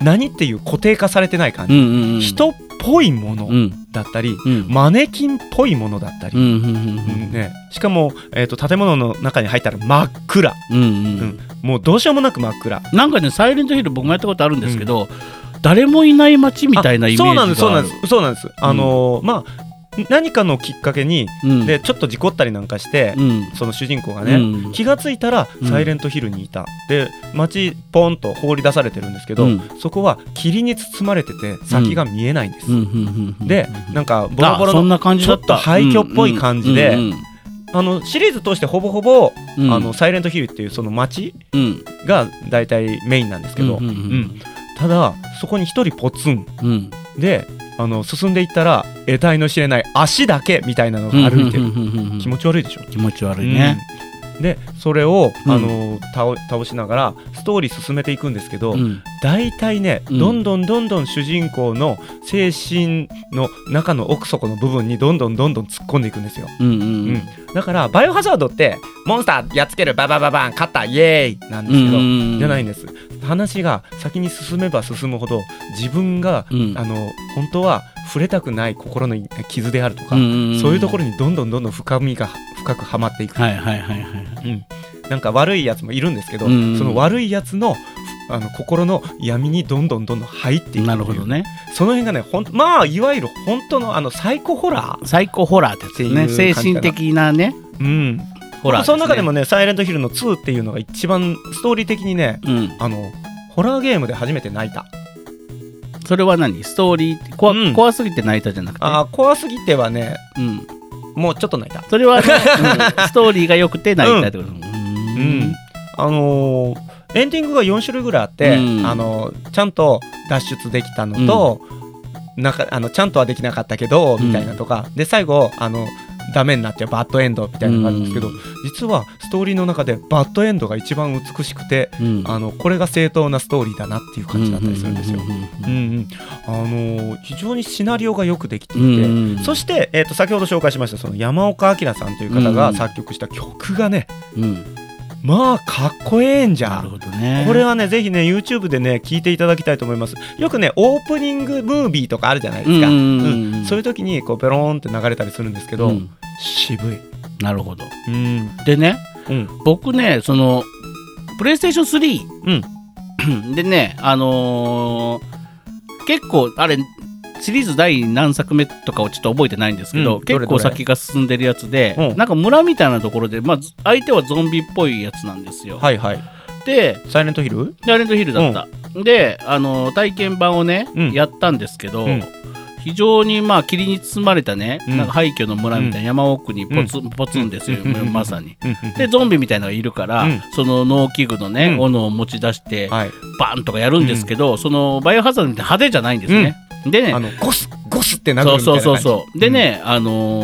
何っていう固定化されてない感
う
じ、
んうん、
人っぽいも
う
の
ん、
だったり、
うん、
マネキンっぽいものだったり、
うん、うん、うん、
うんね、しかも、えー、と建物の中に入ったら真っ暗、
う
う
ん、
ん
うん、
もうどうしようもなく真っ暗。
なんかね、サイレントヒル、僕もやったことあるんですけど、誰もいない街みたいなイメージが
あ
ある。
そうなんですそうなんですそうなんです、あのーまあ何かのきっかけに
うん、
でちょっと事故ったりなんかして、
うん、
その主人公が
う
ね、
ん、
気がついたら
うん
サイレントヒルにいた、で街ポンと放り出されてるんですけど、
うん
そこは霧に包まれてて先が見えないんです、
うん、うん、うん、
で
うん、
なんかボロボ
あそ
ロ
ん
の
な感じだった
ちょっと廃墟っぽい感じで
うん
あのシリーズ通してほぼほぼ、
うんうん、
あのサイレントヒルっていうその街
うん
が大体メインなんですけど、
うんうんうん
ただそこに一人ポツン
うん
であの進んでいったら得体の知れない足だけみたいなのが歩いてる、
る
気持ち悪いでしょ
気持ち悪いね。
うんでそれを、
うん
あの倒倒しながらストーリー進めていくんですけど、
うん
大体ね、
うん
どんどんどんどん主人公の精神の中の奥底の部分にどんどんどんどん突っ込んでいくんですよ、
うんう
うん
ん
だからバイオハザードってモンスターやっつけるババババン勝ったイエーイなんですけど、
うん
じゃないんです話が先に進めば進むほど自分が、
うん
あの本当は触れたくない心の傷であるとか、
うんうんうん
そういうところにどんどんどんどん深みが深くはまっていく
はいはいはいはい。
なんか悪いやつもいるんですけど、
うん
その悪いやつのあの心の闇にどんどんどんどん入っていくっていう
なるほどね。
その辺がねほんまあいわゆる本当のあのサイコホラー、
サイコホラーってやつですね。
っていう
精
感じか
神
な
的なね、
うん
ホラーす
そ
ね。
の中でもね「サイレントヒルの2」っていうのが一番ストーリー的にね
うん。
あのホラーゲームで初めて泣いた
それは何ストーリー、怖
うん
怖すぎて泣いたじゃなくて。
あー怖すぎてはね
うん。
もうちょっと泣いた
それはね、うんストーリーが良くて泣いたってこと。う
うん
ん。
あのーエンディングが4種類ぐらいあって、
うん
あのーちゃんと脱出できたのと、なんかあのちゃんとはできなかったけどみたいなとか、で最後あのダメになっちゃうバッドエンドみたいなのがあるんですけど、
うん
実はストーリーの中でバッドエンドが一番美しくて、
うん
あのこれが正当なストーリーだなっていう感じだったりするんですよ。
う
うん
ん
うんあのー非常にシナリオがよくできてい
うん
て、
うん
そして、えー、と先ほど紹介しましたその山岡明さんという方
う
が
ん
作曲した曲がね、
うん。
まあかっこええんじゃ
なんるほどね。
これはね、ぜひね、YouTube でね、聞いていただきたいと思います。よくね、オープニングムービーとかあるじゃないですか。
うんうんうん
うんそういう時に、こう、ベローンって流れたりするんですけど、
うん
渋い。
なるほど。
うん。
でね、
うん。
僕ねそのプレイステーション3、で ねあのー結構あれシリーズ第何作目とかをちょっと覚えてないんですけど、
うんどれどれ
結構先が進んでるやつで、
うん
なんか村みたいなところで、まあ、ず相手はゾンビっぽいやつなんですよ。
はいはい。
で
サイレントヒル
でアレントヒルだった。で、あのー体験版をね、
うん
やったんですけど、
うん
非常にまあ霧に包まれたね、
うん
なんか廃墟の村みたいな山奥にポツン、ポツンです
う
よ、
んうんうん
まさに。
で
で、ゾンビみたいなのがいるから、
うん
その農機具のね、
うん
斧を持ち出して、
はい。
バンとかやるんですけど、そのバイオハザードみたいな派手じゃないんですね。で
あ
ね、
の、ゴス、ゴスって殴る
そう
みたい
そ
な
うそ
う
うそう。でね、あ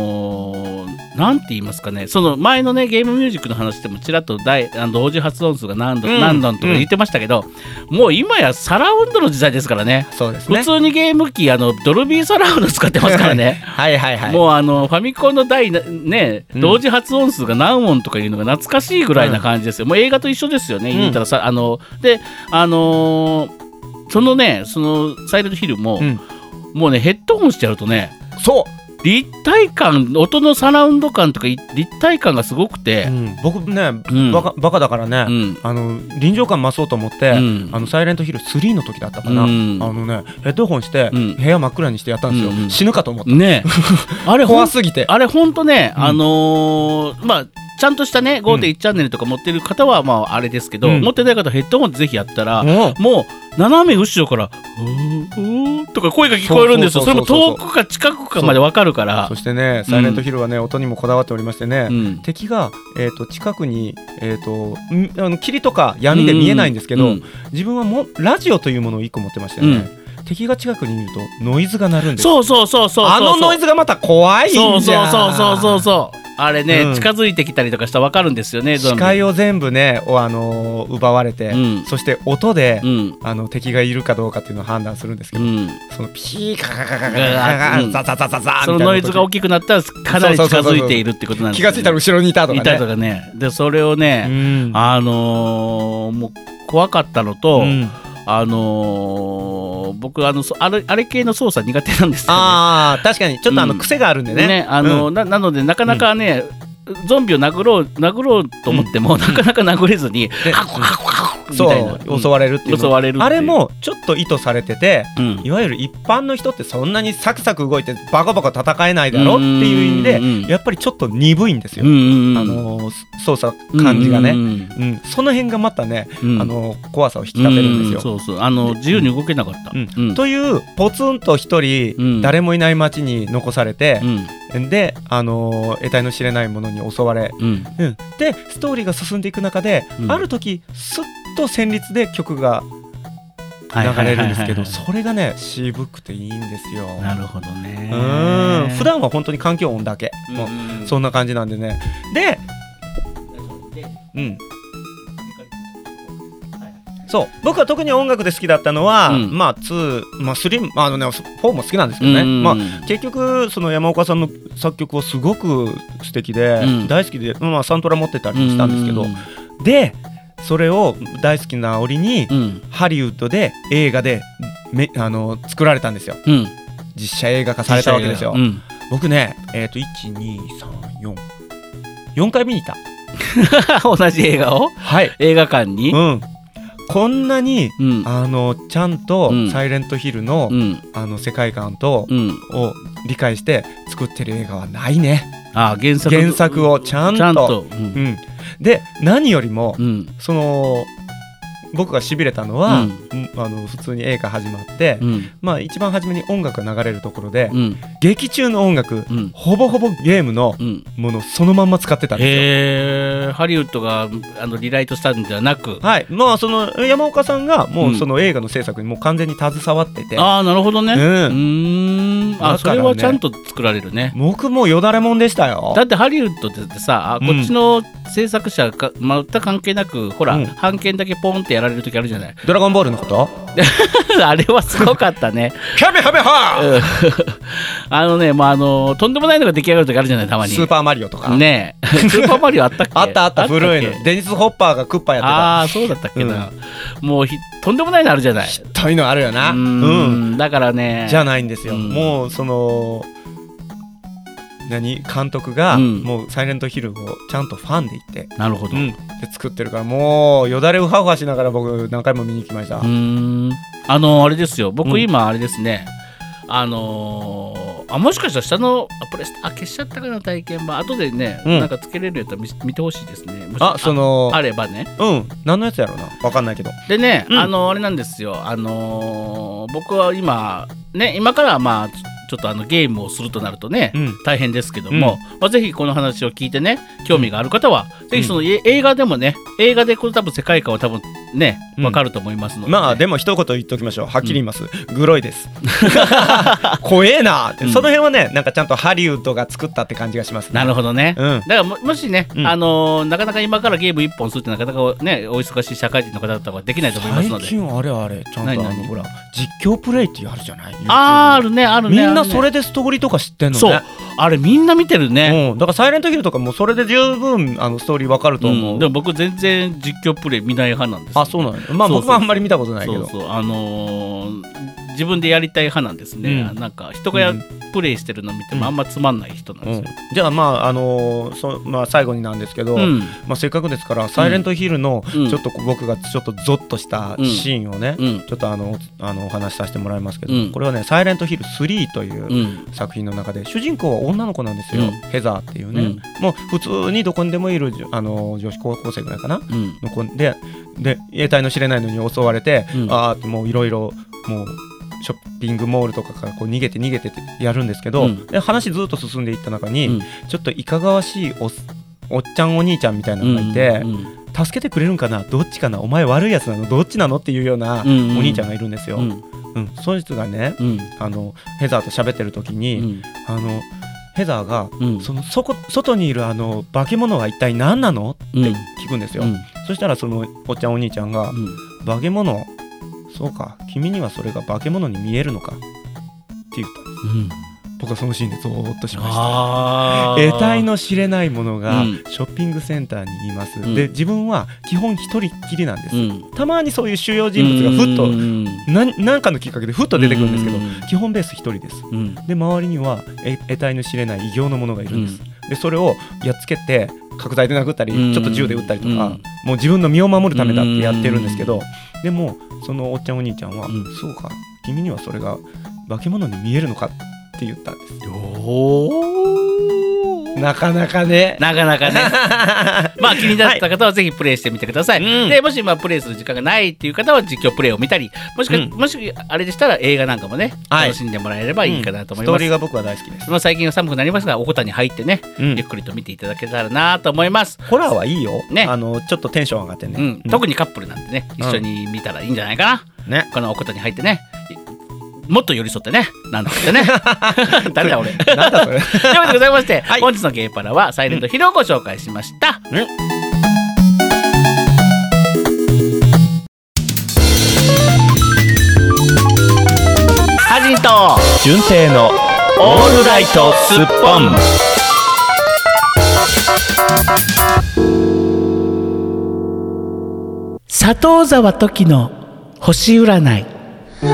のーなんて言いますかね、その前のね、ゲームミュージックの話でもちらっと大あの同時発音数が何度、
うん
何度とか言ってましたけど、もう今やサラウンドの時代ですからね。
そうです
普
ね。
通にゲーム機、あの、ドルビーサラウンド使ってますからね。
はいはいはい。
もうあのファミコンの第なね、
うん
同時発音数が何音とかいうのが懐かしいぐらいな感じですよ、もう映画と一緒ですよね、
うん
言ったらさあのであのーそのねそのサイレントヒルも、
うん
もうねヘッドホンしてやるとね
そう
立体感音のサラウンド感とかい立体感がすごく
う
て、
ん、僕ね、
うん
バカバカだからね、
うん
あの臨場感増そうと思って、
うん
あのサイレントヒル3の時だったかな、
うん
あのねヘッドホンして、
うん
部屋真っ暗にしてやったんですよ、
うんうん
死ぬかと思って、
ねえあれほ
怖
ん
すぎて
あれほんとね、
うん
あのーまあちゃんとしたね5.1チャンネルとか持ってる方はまああれですけど、
うん
持ってない方ヘッドホンでぜひやったら、
もう
もう斜め後ろから「うーうー」とか声が聞こえるんですよ
そ
そ
う
れ
そ
も
うそうそう
遠くか近くかまでわかるから
そしてねサイレントヒルはね、音にもこだわっておりましてね、
うん
敵が、えー、と近くに、えー、とんあの霧とか闇で見えないんですけど、
うん
自分はもうラジオというものを1個持ってましたよね、敵が近くにいるとノイズが鳴るんですよ
そうそうそうそうそう
あのノイズがまた怖いんじゃ
そ
ん
うそうそうそうそうそうあれね、
うん
近づいてきたりとかしたらわかるんですよねゾン
視
ビ
界を全部ね、おあのー奪われて、
うん
そして音で、
うん
あの敵がいるかどうかっていうのを判断するんですけ
う
ど、
ん
そのピーカカカカカカ
うん
ザザザザザみたいな
そのノイズが大
き
きくなったらかなり近づいているってことなんです
気がついたら後ろにいたと
い
か
たりと
ね。
かねでそれをね、
ん
あのーもう怖かったのと、
うん
あのー僕あのそあれあれ系の操作苦手なんですよ、ね、
あー確かにちょっとあの
うん
癖があるんでね。
ねあの
うん
ななのでなかなかね、ゾンビを殴ろう殴ろうと思っても、なかなか殴れずに、
で
ハコハコハコみたいな
そう襲われるっていう
襲
の。
われるっていう
あれもちょっと意図されてて、
うん
いわゆる一般の人ってそんなにサクサク動いてバカバカ戦えないだろっていう意味
うんうんうん
でやっぱりちょっと鈍いんですよ、
うんうんうん
あのー操作感じが
うん
ね、
うん
うんその辺がまたね、
うん
あのー怖さを引き立てるんですよ。
うそうそうあの自由に動けなかった。
うん
うん
というポツンと一
う
人
ん
誰もいない町に残されて
う、ん
で、あのー得体の知れないものに襲われ、
うん
うんでストーリーが進んでいく中で、
うん
ある時スッと旋律で曲が
はいはい
流
はい
れるんですけ
は
ど
いはい
それがね渋くていいんですよ。
なるほどね。
うん普段は本当に環境音だけ、もうそんな感じなんでねでうんそう僕は特に音楽で好きだったのは、
うん
まあ2、まあ、3あのね4も好きなんですけどね、
うん
まあ、結局その山岡さんの作曲はすごく素敵で、
うん
大好きで、まあ、サントラ持ってたりもしたんですけど、
うん
でそれを大好きな折に、
うん
ハリウッドで映画でめあの作られたんですよ
うん
実写映画化されたわけですよ、
うん
僕ねえっ、と12344回見に行った
同じ映画を
はい
映画館に
う。んこんなに
うん
あのちゃんと
う
「
ん
サイレントヒルの」
うん
あの世界観と、
うん
を理解して作ってる映画はないね
あ原作
原作をちゃんと
ちゃんと
う。んで何よりも、
うんうん
その僕がしびれたのは、うんあの普通に映画始まって、
うん
まあ一番初めに音楽が流れるところで、
うん
劇中の音楽、
うん
ほぼほぼゲームの
うん。
ものそのまんま使ってたんですよ。
へーハリウッドがあのリライトしたんじゃなく。
はい、まあその山岡さんがも
う
うんその映画の制作にもう完全に携わってて、
ああなるほどね。
うん
ーん。あ
だ
そ
からね
れはちゃんと作られるね。
僕もよだれもんでしたよ
だ。ってハリウッドってさ、あ
うん
こっちの制作者か全く関係なくほら、
うん
版権だけポンってやられる時あるじゃない
ドラゴンボールのこと？
あれはすごかったね
キャベハベハ
あのねまああのとんでもないのが出来上がる時あるじゃないたまに
スーパーマリオとか。
ねえ スーパーマリオあったっけ
あったあった
け
古いの。デニスホッパーがクッパやってた。
ああそうだったっけな、もうひとんでもないのあるじゃない
というのあるよな。
う
う
ー
ん。
んだからね
じゃないんですよ。
うん
もうその何監督が
うん
もうサイレントヒルをちゃんとファンでいて。
なるほど、
うん、で作ってるからもうよだれうはうはしながら僕何回も見に行きました、
うーんあのあれですよ
う
僕
ん
今あれですね、あのーあもしかしたら下のあプレスあ消しちゃったかな体験版後でね、
うん
なんかつけれるやったら見せ見てほしいですねもし
あその
ああればね
うん何のやつやろうな分かんないけど
でね、
うん
あのあれなんですよあのー僕は今ね今からまあちょちょっとあのゲームをするとなるとね、
うん
大変ですけども、まあ、ぜひこの話を聞いてね興味がある方は、ぜひそのえ映画でもね映画でこれ多分世界観は多分ね
うん
わかると思いますのでね、
まあでも一言言っておきましょうはっきり言います、グロい です怖えな、って
うん
その辺はねなんかちゃんとハリウッドが作ったって感じがしますね
なるほどね。
うん
だからももしね、
うん
あのーなかなか今からゲーム一本するってなかなかねお忙しい社会人の方だったらできないと思いますの
最
で。
近あれあれちゃん
何
とあ
何
のほら実況プレイってやるじゃない
あーあ
YouTube
るねあるね。
みんな
あるね
それでストーリーとか知ってんのね
そうあれみんな見てるね。
うん、だから「サイレントヒル」とかもそれで十分あのストーリーわかると思う、
うんでも僕全然実況プレイ見ない派なんですよ、
あそうなのまあ
そうそう
僕はあんまり見たことないけ
そ
ど
うそうあのー自分でやりたい派なんですね、
うん
なんか人がや、
うん
プレイしてるの見てもあんまつまんない人なんですよ。
じゃあまああのーそまあ最後になんですけど、
うん
まあせっかくですからサイレントヒルのち
うん
ょっとこう僕がちょっとゾッとしたシーンをね、
うん
ちょっとあのあのお話しさせてもらいますけど、
うん
これはねサイレントヒル3という、
うん
作品の中で主人公は女の子なんですよ、
うん
ヘザーっていうね、
うん
もう普通にどこにでもいるじゅあの女子高校生ぐらいかな
うん
の子でで得体の知れないのに襲われて、
うん
ああもういろいろもうショッピングモールとかからこう逃げて逃げてってやるんですけど、
うん
で話ずっと進んでいった中に、
うん
ちょっといかがわしいおっおっちゃんお兄ちゃんみたいなのがいて、
うんうん
助けてくれるんかなどっちかなお前悪いやつなのどっちなのっていうようなお
うんうん
兄ちゃんがいるんですよ。
う
うんんそいつがね
うん
あのヘザーと喋ってる時に、
うん
あのヘザーが、
うん
そのそこ外にいるあの化け物は一体何なのって
うん
聞くんですよ、
うん
そしたらそのおっちゃんお兄ちゃんが
うん
「化け物そうか君にはそれが化け物に見えるのか」って言ったんです
うん
僕はそのシーンでゾーッとしました
あー
得体の知れないものが
うん
ショッピングセンターにいます、
うん
で自分は基本一人っきりなんです、
うん
たまにそういう主要人物がふっと何何かのきっかけでふっと出てくるんですけど
うん
基本ベース一人です
うん
で周りにはえ得体の知れない異形のものがいるんです、でそれをやっつけて角材で殴ったり、
うん
ちょっと銃で撃ったりとか、
うん
もう自分の身を守るためだってやってるんですけど、
うん
でもそのおっちゃんお兄ちゃんは、
うん
そうか君にはそれが化け物に見えるのかって言ったんですなかなかね
なかなかね まあ気になった方はぜひプレイしてみてください、
うん
でもし今プレイする時間がないっていう方は実況プレイを見たりもしか、
うん
もしあれでしたら映画なんかもね、
はい
楽しんでもらえればいいかなと思い
うんスト
ま
ー
す、
リーが僕は大好きです
まあ最近は寒くなりますがおこたに入ってね、
うん
ゆっくりと見ていただけたらなと思います、
ホラーはいいよ、
ね
あのちょっとテンション上がってね、
うん
うん
特にカップルなんでね一緒に見たらいいんじゃないかな、
ね
このおこたに入ってねもっと寄り添ってねなんだって ね誰だ俺
なんだそれ
ということでございまして、
はい
本日のゲイパラはサイレントヒルをご紹介しました、ハジンと
純正のオールライトスッポン
佐藤沢時の星占いど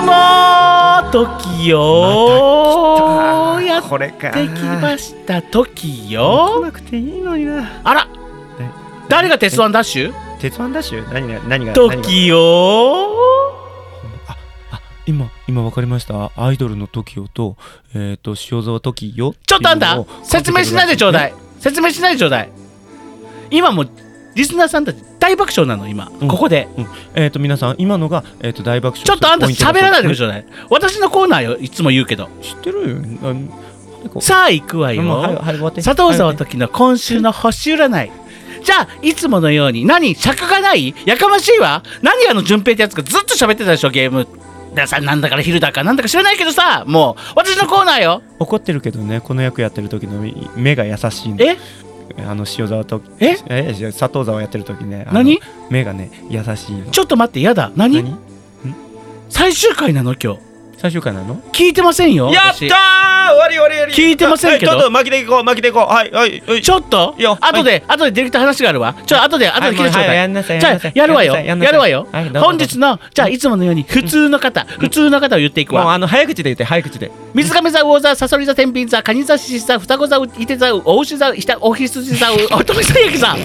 うも時よやっ
これか
てきました時よ
なくていいのにな
あら
え
誰が鉄腕ダッシュ
鉄腕ダッシュ何が何が何が
時よ
今今わかりましたアイドルの TOKIO とえっ、と塩沢 TOKIO
ちょっとあんた説明しないでちょうだ
い
い説明しないでちょうだい今もうリスナーさんたち大爆笑なの今、
うん
ここで
えっ、と皆さん今のがえっ、と大爆笑
ちょっとあんた喋らないでくれち
ょ
ょうだい私のコーナーよいつも言うけど
知ってるよあのこう
さあ行くわよ、
もうはいはい終わって
佐藤沢時の今週の星占いじゃあいつものように何尺がないやかましいわ何あの順平ってやつがずっと喋ってたでしょゲームださなんだから昼だかなんだか知らないけどさもう私のコーナーよ
怒ってるけどねこの役やってる時のみ目が優しいんで
え
あの塩沢と
え
え違う佐藤沢やってる時ねあの
何
目がね優しいの
ちょっと待ってやだ何
何
最終回なの今日
最終回なの
聞いてませんよ
やったー
私
終わり終わり終わり
聞いてませんけど
はいちょっと巻きでいこう巻きでいこうはいはいはい
ちょっと
いいよ
後で、後でディレクター話があるわちょっと後で後で聞いてちょうだい
んなさ
じゃあやるわよやるわよ本日
の
のじゃあいつものように普通の方、普通の方を言っていく
もう
わ
あの早口で言って早口で
水亀座魚座サソリ座天秤座カニ座獅子座双子座いて座お牛座ひたおひすじ座おとみ座焼き座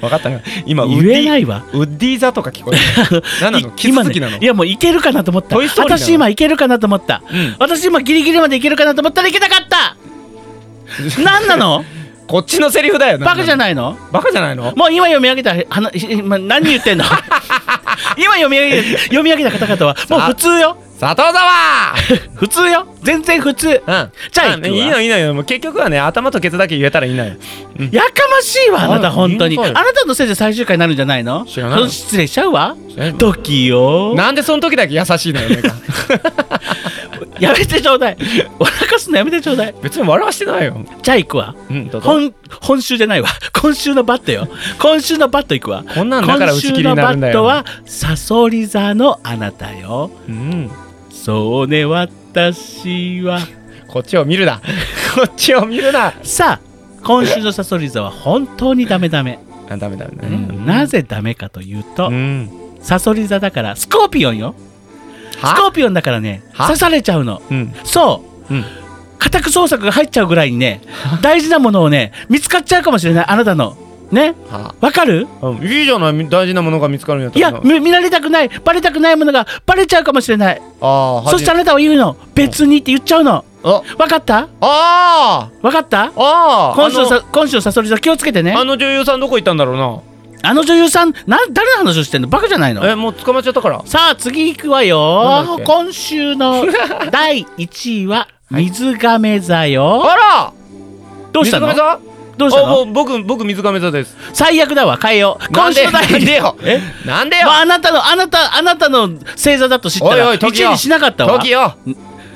分かったよ今ウッデ
言えな
ィ
いわ
ウッディ座とか聞こえ る何なのキス
今
好
ね
きなの
いやもういけるかなと思った
トイストーリーなの
私今いけるかなと思った、私今ギリギリまでいけるかなと思ったらいけなかった何なの
こっちのセリフだよ
バカじゃ
い
ないの
バカじゃないの
もう今読み上げた話、今何言 ってんの今読み上げた読み上げた方々はもう普通よ
佐藤沢
普通よ全然普通
うん
じゃ
い
あ行くわ
いのいいのいいのもう結局はね頭とケツだけ言えたらいいのよ
やかましいわあなた
あ
本当に
人
あ
間かよ
なたのせいで最終回になるんじゃないの
知らない
その失礼しちゃうわ
ない
時よ
なんでその時だけ優しいのよ ね
やめてちょうだい笑かすのやめてちょうだい
別に笑わしてないよ
じゃあ行くわ
うんどうぞ
本本週じゃないわ今週のバットよ今週のバット行くわ
こんなんだから打ち切りになるんだよ
今週のバットはサソリ座のあなたよ
うん
そうね私は
こっちを見る なこっちを見るな
さあ今週のサソリ座は本当にダメダメ、
あダメダメダメ
なぜダメかというと、
うん
サソリ座だからスコーピオンよ
は
スコーピオンだからね
は
刺されちゃうの
うん
そう、
うん
家宅捜索が入っちゃうぐらいにね大事なものをね見つかっちゃうかもしれないあなたのね
は
わかる
うんいいじゃない大事なものが見つかるんやっ
い
たら
やみ見られたくないバレたくないものがバレちゃうかもしれない
あー
そしてあなたは言うの別にって言っちゃうの
あ
わかった
あ
わかった
ーあー
今週さ今週さそれじゃ気をつけてね
あのあの女優さんどこ行ったんだろう
あの女優さんなん誰の話をしてんのバカじゃないの
なえもう捕まっちゃったから
さあ次行くわ
なんだっ
よ
け
今週の第1位は水亀座よ、
あら
どうしたの
水亀
どうし
座
た
あも
の
う僕僕水亀座です
最悪だわ変えよう
な
今
んで
週の
な
第
んで
1位
よ
え
なんで
まあ、あなたのあなたあなたの星座だと知った
おいお
ら
い時よ
1位にしなかったわ
時よ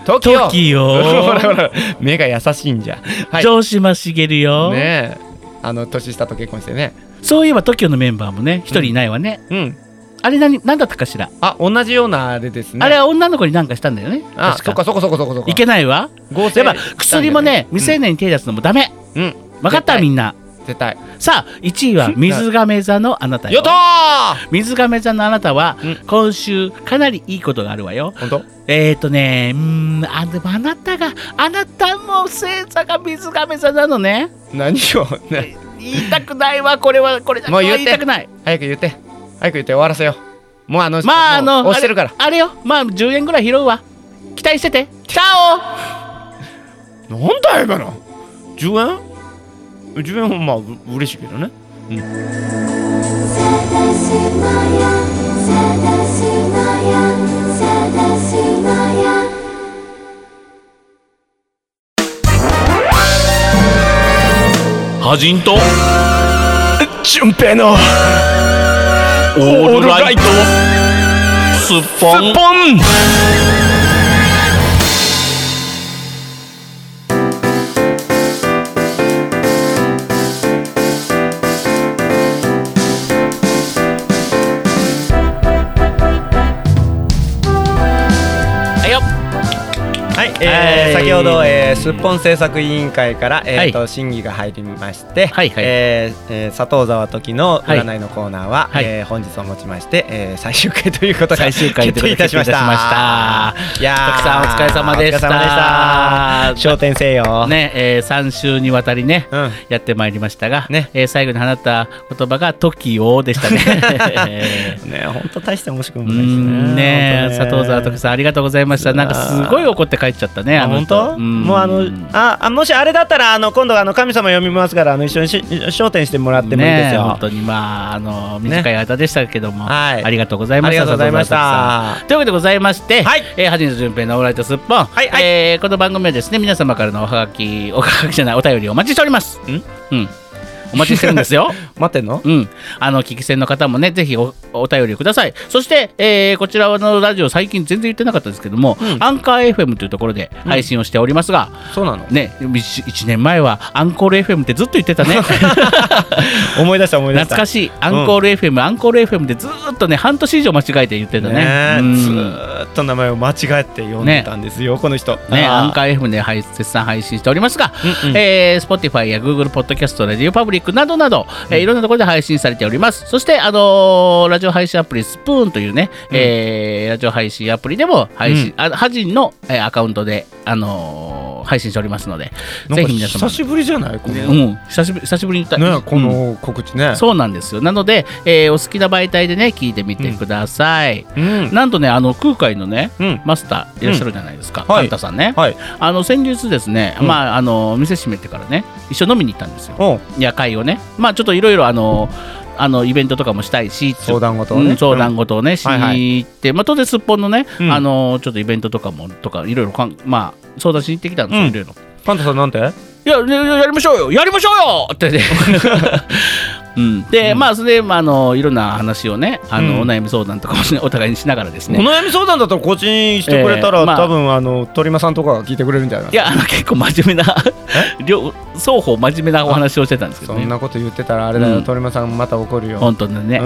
時よ
時
ほらほ
よ
ら目が優しいんじゃはい
城島茂よ、
ねえあの年下と結婚してね
そういえば TOKIO のメンバーもね一人いないわね、
うん
あれ何何だったかしら、
あ同じようなあれですね
あれは女の子に何かしたんだよね
あ
確
そっか
か
そこそこそこそこ
いけないわ
合成
やっぱ薬もね未成年に手出すのもダメ、
うんうん
分かったみんな
絶対
さあ1位は水亀座のあなた
や
よ
ったー
水亀座のあなたは
うん
今週かなりいいことがあるわよ
本当
えっ、ー、とねうーんあでもあなたがあなたも星座が水亀座なのね
何をね
言いたくないわこれはこれだけ
も
は
う言って
言いたくない
早く言って早く言って終わらせようもうあの
まあ
も
あ
う
の
押してるから
あれよまあ10円ぐらい拾うわ期待しててチャ
なんだよ今の10円10円もまあう嬉しいけどね
ハジンと
純平の
オールライトスッポン
ポン
オはいよ
はい、えー
はい
先ほど、えー、すっぽん制作委員会から、えーと
は
審議が入りまして、
はいはい
えーえー佐藤沢時の占いのコーナーは、
はい
えー本日をもちまして、えー最終回ということが
最終回と
決
いうこと
定
が
いたしました。
決定いたしま
いやー
徳さんお疲れ様でした
お疲れ様でした。焦点せよ。
ねえー、3週にわたりね、
うん
やってまいりましたが、
ね
えー最後に放った言葉が「TOKIO」でし たね。
ね、本当大して面白く
う
も
ー
ないし
んねえ佐藤沢徳さんありがとうございましたなんかすごい怒って帰っちゃったねあの
本
人
当？
ん
もうあのああもしあれだったらあの今度あの神様読みますからあの一緒にし焦点してもらってもいいで
ね
す
え
よ。
本当にまああの短い間でしたけども、
はい
ありがとうございました
ありがとうございました
佐藤沢徳さんというわけでございまして、
はい
えー、はじめとじゅんぺいのオーライトすっぽん、
はいはい
えーこの番組はですね皆様からのおはがきおはがきじゃないお便りお待ちしておりますうんお待ちしてるんで すよ
待ってんの？
うん、あの聞き戦の方もねぜひおお便りくださいそして、えーこちらのラジオ最近全然言ってなかったですけども、アンカー FM というところで配信をしておりますが、
そうなの。
ね 1, 年前はアンコール FM ってずっと言って たね
思い出した思い出した。
懐かしいアンコール FM、アンコール FM でずーっとね半年以上間違えて言ってたね
ね
う
え
ん
ずーっと名前を間違えて読んでたんですよ、この人。
ね、アンカ
い。
ー FM で配絶賛配信しておりますが、えー、Spotify や Google Podcast、Radio Public などなど、えーいろんなところで配信されております。そして、あのーラジオ配信アプリ、スプーンというね、えーラジオ配信アプリでも配信、あハジンの、えーアカウントで、あのー配信しておりますので、
なん
ぜ
か
ひ皆様
久。しぶりじゃないこの、
うん、久しぶり久しぶりに言った
ねこの告知ね。
そうなんですよ。なので、えーお好きな媒体でね、聞いてみてください。
うん。
なんとね、あの空海のね、
うん
マスターいらっしゃるじゃないですか、
はい
カンタさんね。
はい。
あの先日ですね、
うん
まああの店閉めてからね、一緒に飲みに行ったんですよ。
おう
夜会をね、まあちょっといろいろあのあのイベントとかもしたいし、
相談事を
う
ね。
ん相談事をね、し
はいはい
に行って、まあ当然すっぽんのね、
うん
あのちょっとイベントとかもとかいろいろかんまあ相談しに行ってきたんです
う
よ、
ん
いろいろ。
パンタさんなんて？はい
や、ねやりましょうよやりましょうよってね。 うん、で、まあそれで、まあ、あのいろんな話をねあの、
うん
お悩み相談とかも しお互いにしながらですね
お悩み相談だったらこっちにしてくれたら、
えーまあ
多分あの鳥間さんとかが聞いてくれるんじゃない
いやあの結構真面目な 両双方真面目なお話をしてたんですけど
そん
ね
なこと言ってたらあれだよ、
うん
鳥間さんまた怒るよ。
本当に
う
ね、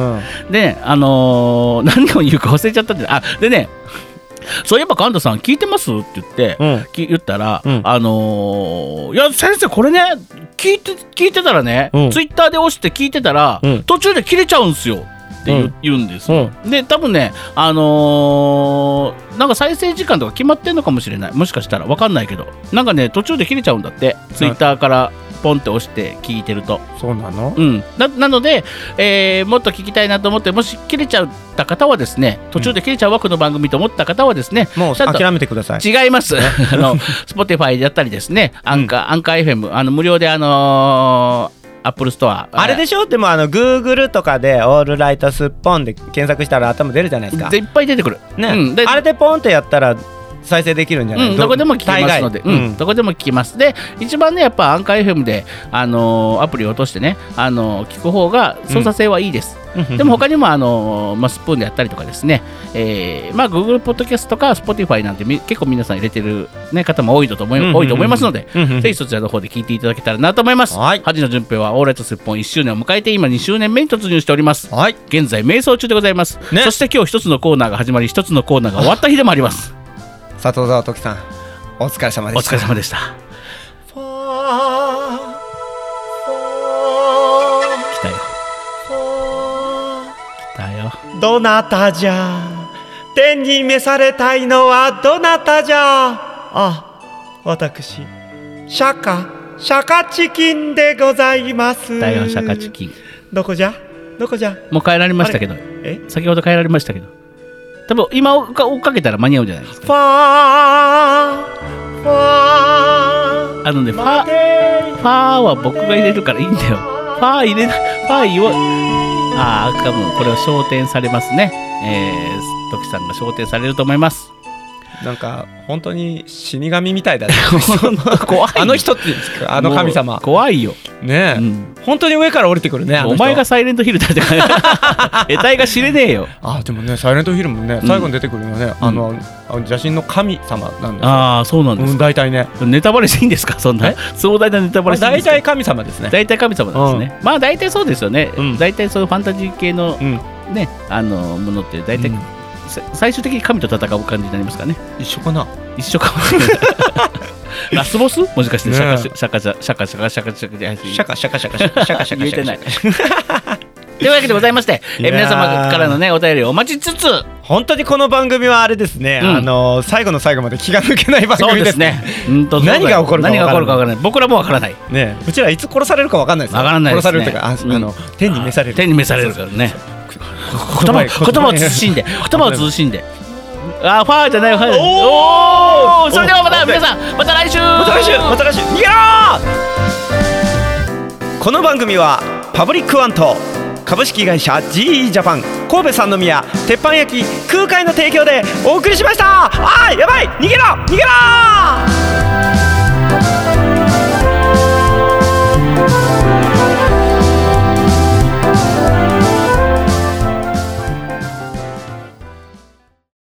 ん。
であのー 何を言うか忘れちゃったんであでねそういえば神田さん聞いてますって言って、
うん。
き言ったら、
うん
あのーいや先生これね聞いて聞いてたらね、
うん
ツイッターで押して聞いてたら、
うん
途中で切れちゃうんすよって言う,、
うん
んですよ、で多分ねあのーなんか再生時間とか決まってんのかもしれないもしかしたらわかんないけどなんかね途中で切れちゃうんだってツイッターからポンって押して聞いてると
そうなの
うん、ななので、えーもっと聞きたいなと思ってもし切れちゃった方はですね途中で切れちゃうわこの番組と思った方はですね、
もう
ちゃんと
諦めてください
違います。 あの、Spotify だったりですね、アンカー、アンカー FM、あの、無料で、あのー、Apple Store。
あれで
し
しょでもあの Google とかで「オールライトすっぽん」で検索したら頭出るじゃないですか
いっぱい出てくる。
ね、
うん、で
あれでポンってやったら再生できるんじゃない、
うん、どこでも聞きますので、う
大概うん
ん、どこでも聞きます。で、一番ね、やっぱアンカー FM で、あのーアプリを落としてね、あのー聞く方が操作性はいいです。でも他にも、あのーまあ、スプーンであったりとかですね、えーまあ、Google ポッドキャストか Spotify なんてみ結構皆さん入れてる、ね、方も多いと思い,、
うんうんうん
多いと思いますので、
うんうんうん
ぜひそちらの方で聞いていただけたらなと思います。
はい
恥の順平はオールライトスッポン1周年を迎えて今2周年目に突入しております。
はい
現在瞑想中でございます、
ね
そして今日一つのコーナーが始まり一つのコーナーが終わった日でもあります
佐藤沢時さんお疲れ様
お
でし
疲れ様でした来たよ来たよ
たどなたじゃ天に召されたいのはどなたじゃあ私釈迦釈迦チキンでございます
来たよシャカチキン
どこじゃどこじゃ
もう帰られましたけど
え
先ほど帰られましたけど多分今追っか追っかけたら間に合うんじゃないですか
ファーファー
あのねファファーは僕が入れるからいいんだよファー入れないファー言わああ多分これは昇天されますねえー、時さんが昇天されると思います
なんか本当に死神みた いだね
怖い
あの人っていうんですかあの神
もう
様
怖いよ、
ねえ、
うん
本当に上から降りてくるねあの人
お前がサイレントヒルだって感 じ得体が知れねえよ
あでもねサイレントヒルもね
うん
最後に出てくるのはね、あのあの邪神の神様なんですよ
ああそうなんで
う
す
ん、
か、
大体ね、
ネタバレしていいんですかそんな壮大なネタ
ま
バ
あ、
レしていい
大
んですか
体神様ですね
大体神様なんですね、まあ大体そうですよね、
うん
大体そういうファンタジー系の
うん
ね、あのものって大体、
うん
さ最終的に神と戦う感じになりますからね
一緒かな
一緒かもしれないラスボスもしかして
ね
シャカシャカシャカシャカシャカシャカシャカシャカ
シャカシャカシャカシャカシャカシャカ
言え
シャカ
てないというわけでございまして、え
いやー
皆様からのねお便りをお待ちつつ
本当にこの番組はあれですね、
うん
あの最後の最後まで気が抜けない番
そう
組
で
ですす
ね。うんと
何が起こるか分からない
何が起こるかわからない。僕らもわからない。
ねうちらいつ殺されるか分かんないですよ
わからないですね
殺されるというかあ,、あの天に召される
手に召されるからね。言葉を言葉を慎んで言葉を慎んで。あファーじゃないファーじゃない。おおー。それではまた皆さんまた来週。ま
また来週また来週逃げろーこの番組はパブリックワンと株式会社 GE ジャパン神戸三宮鉄板焼き空海の提供でお送りしましたあーやばい逃げろ逃げろー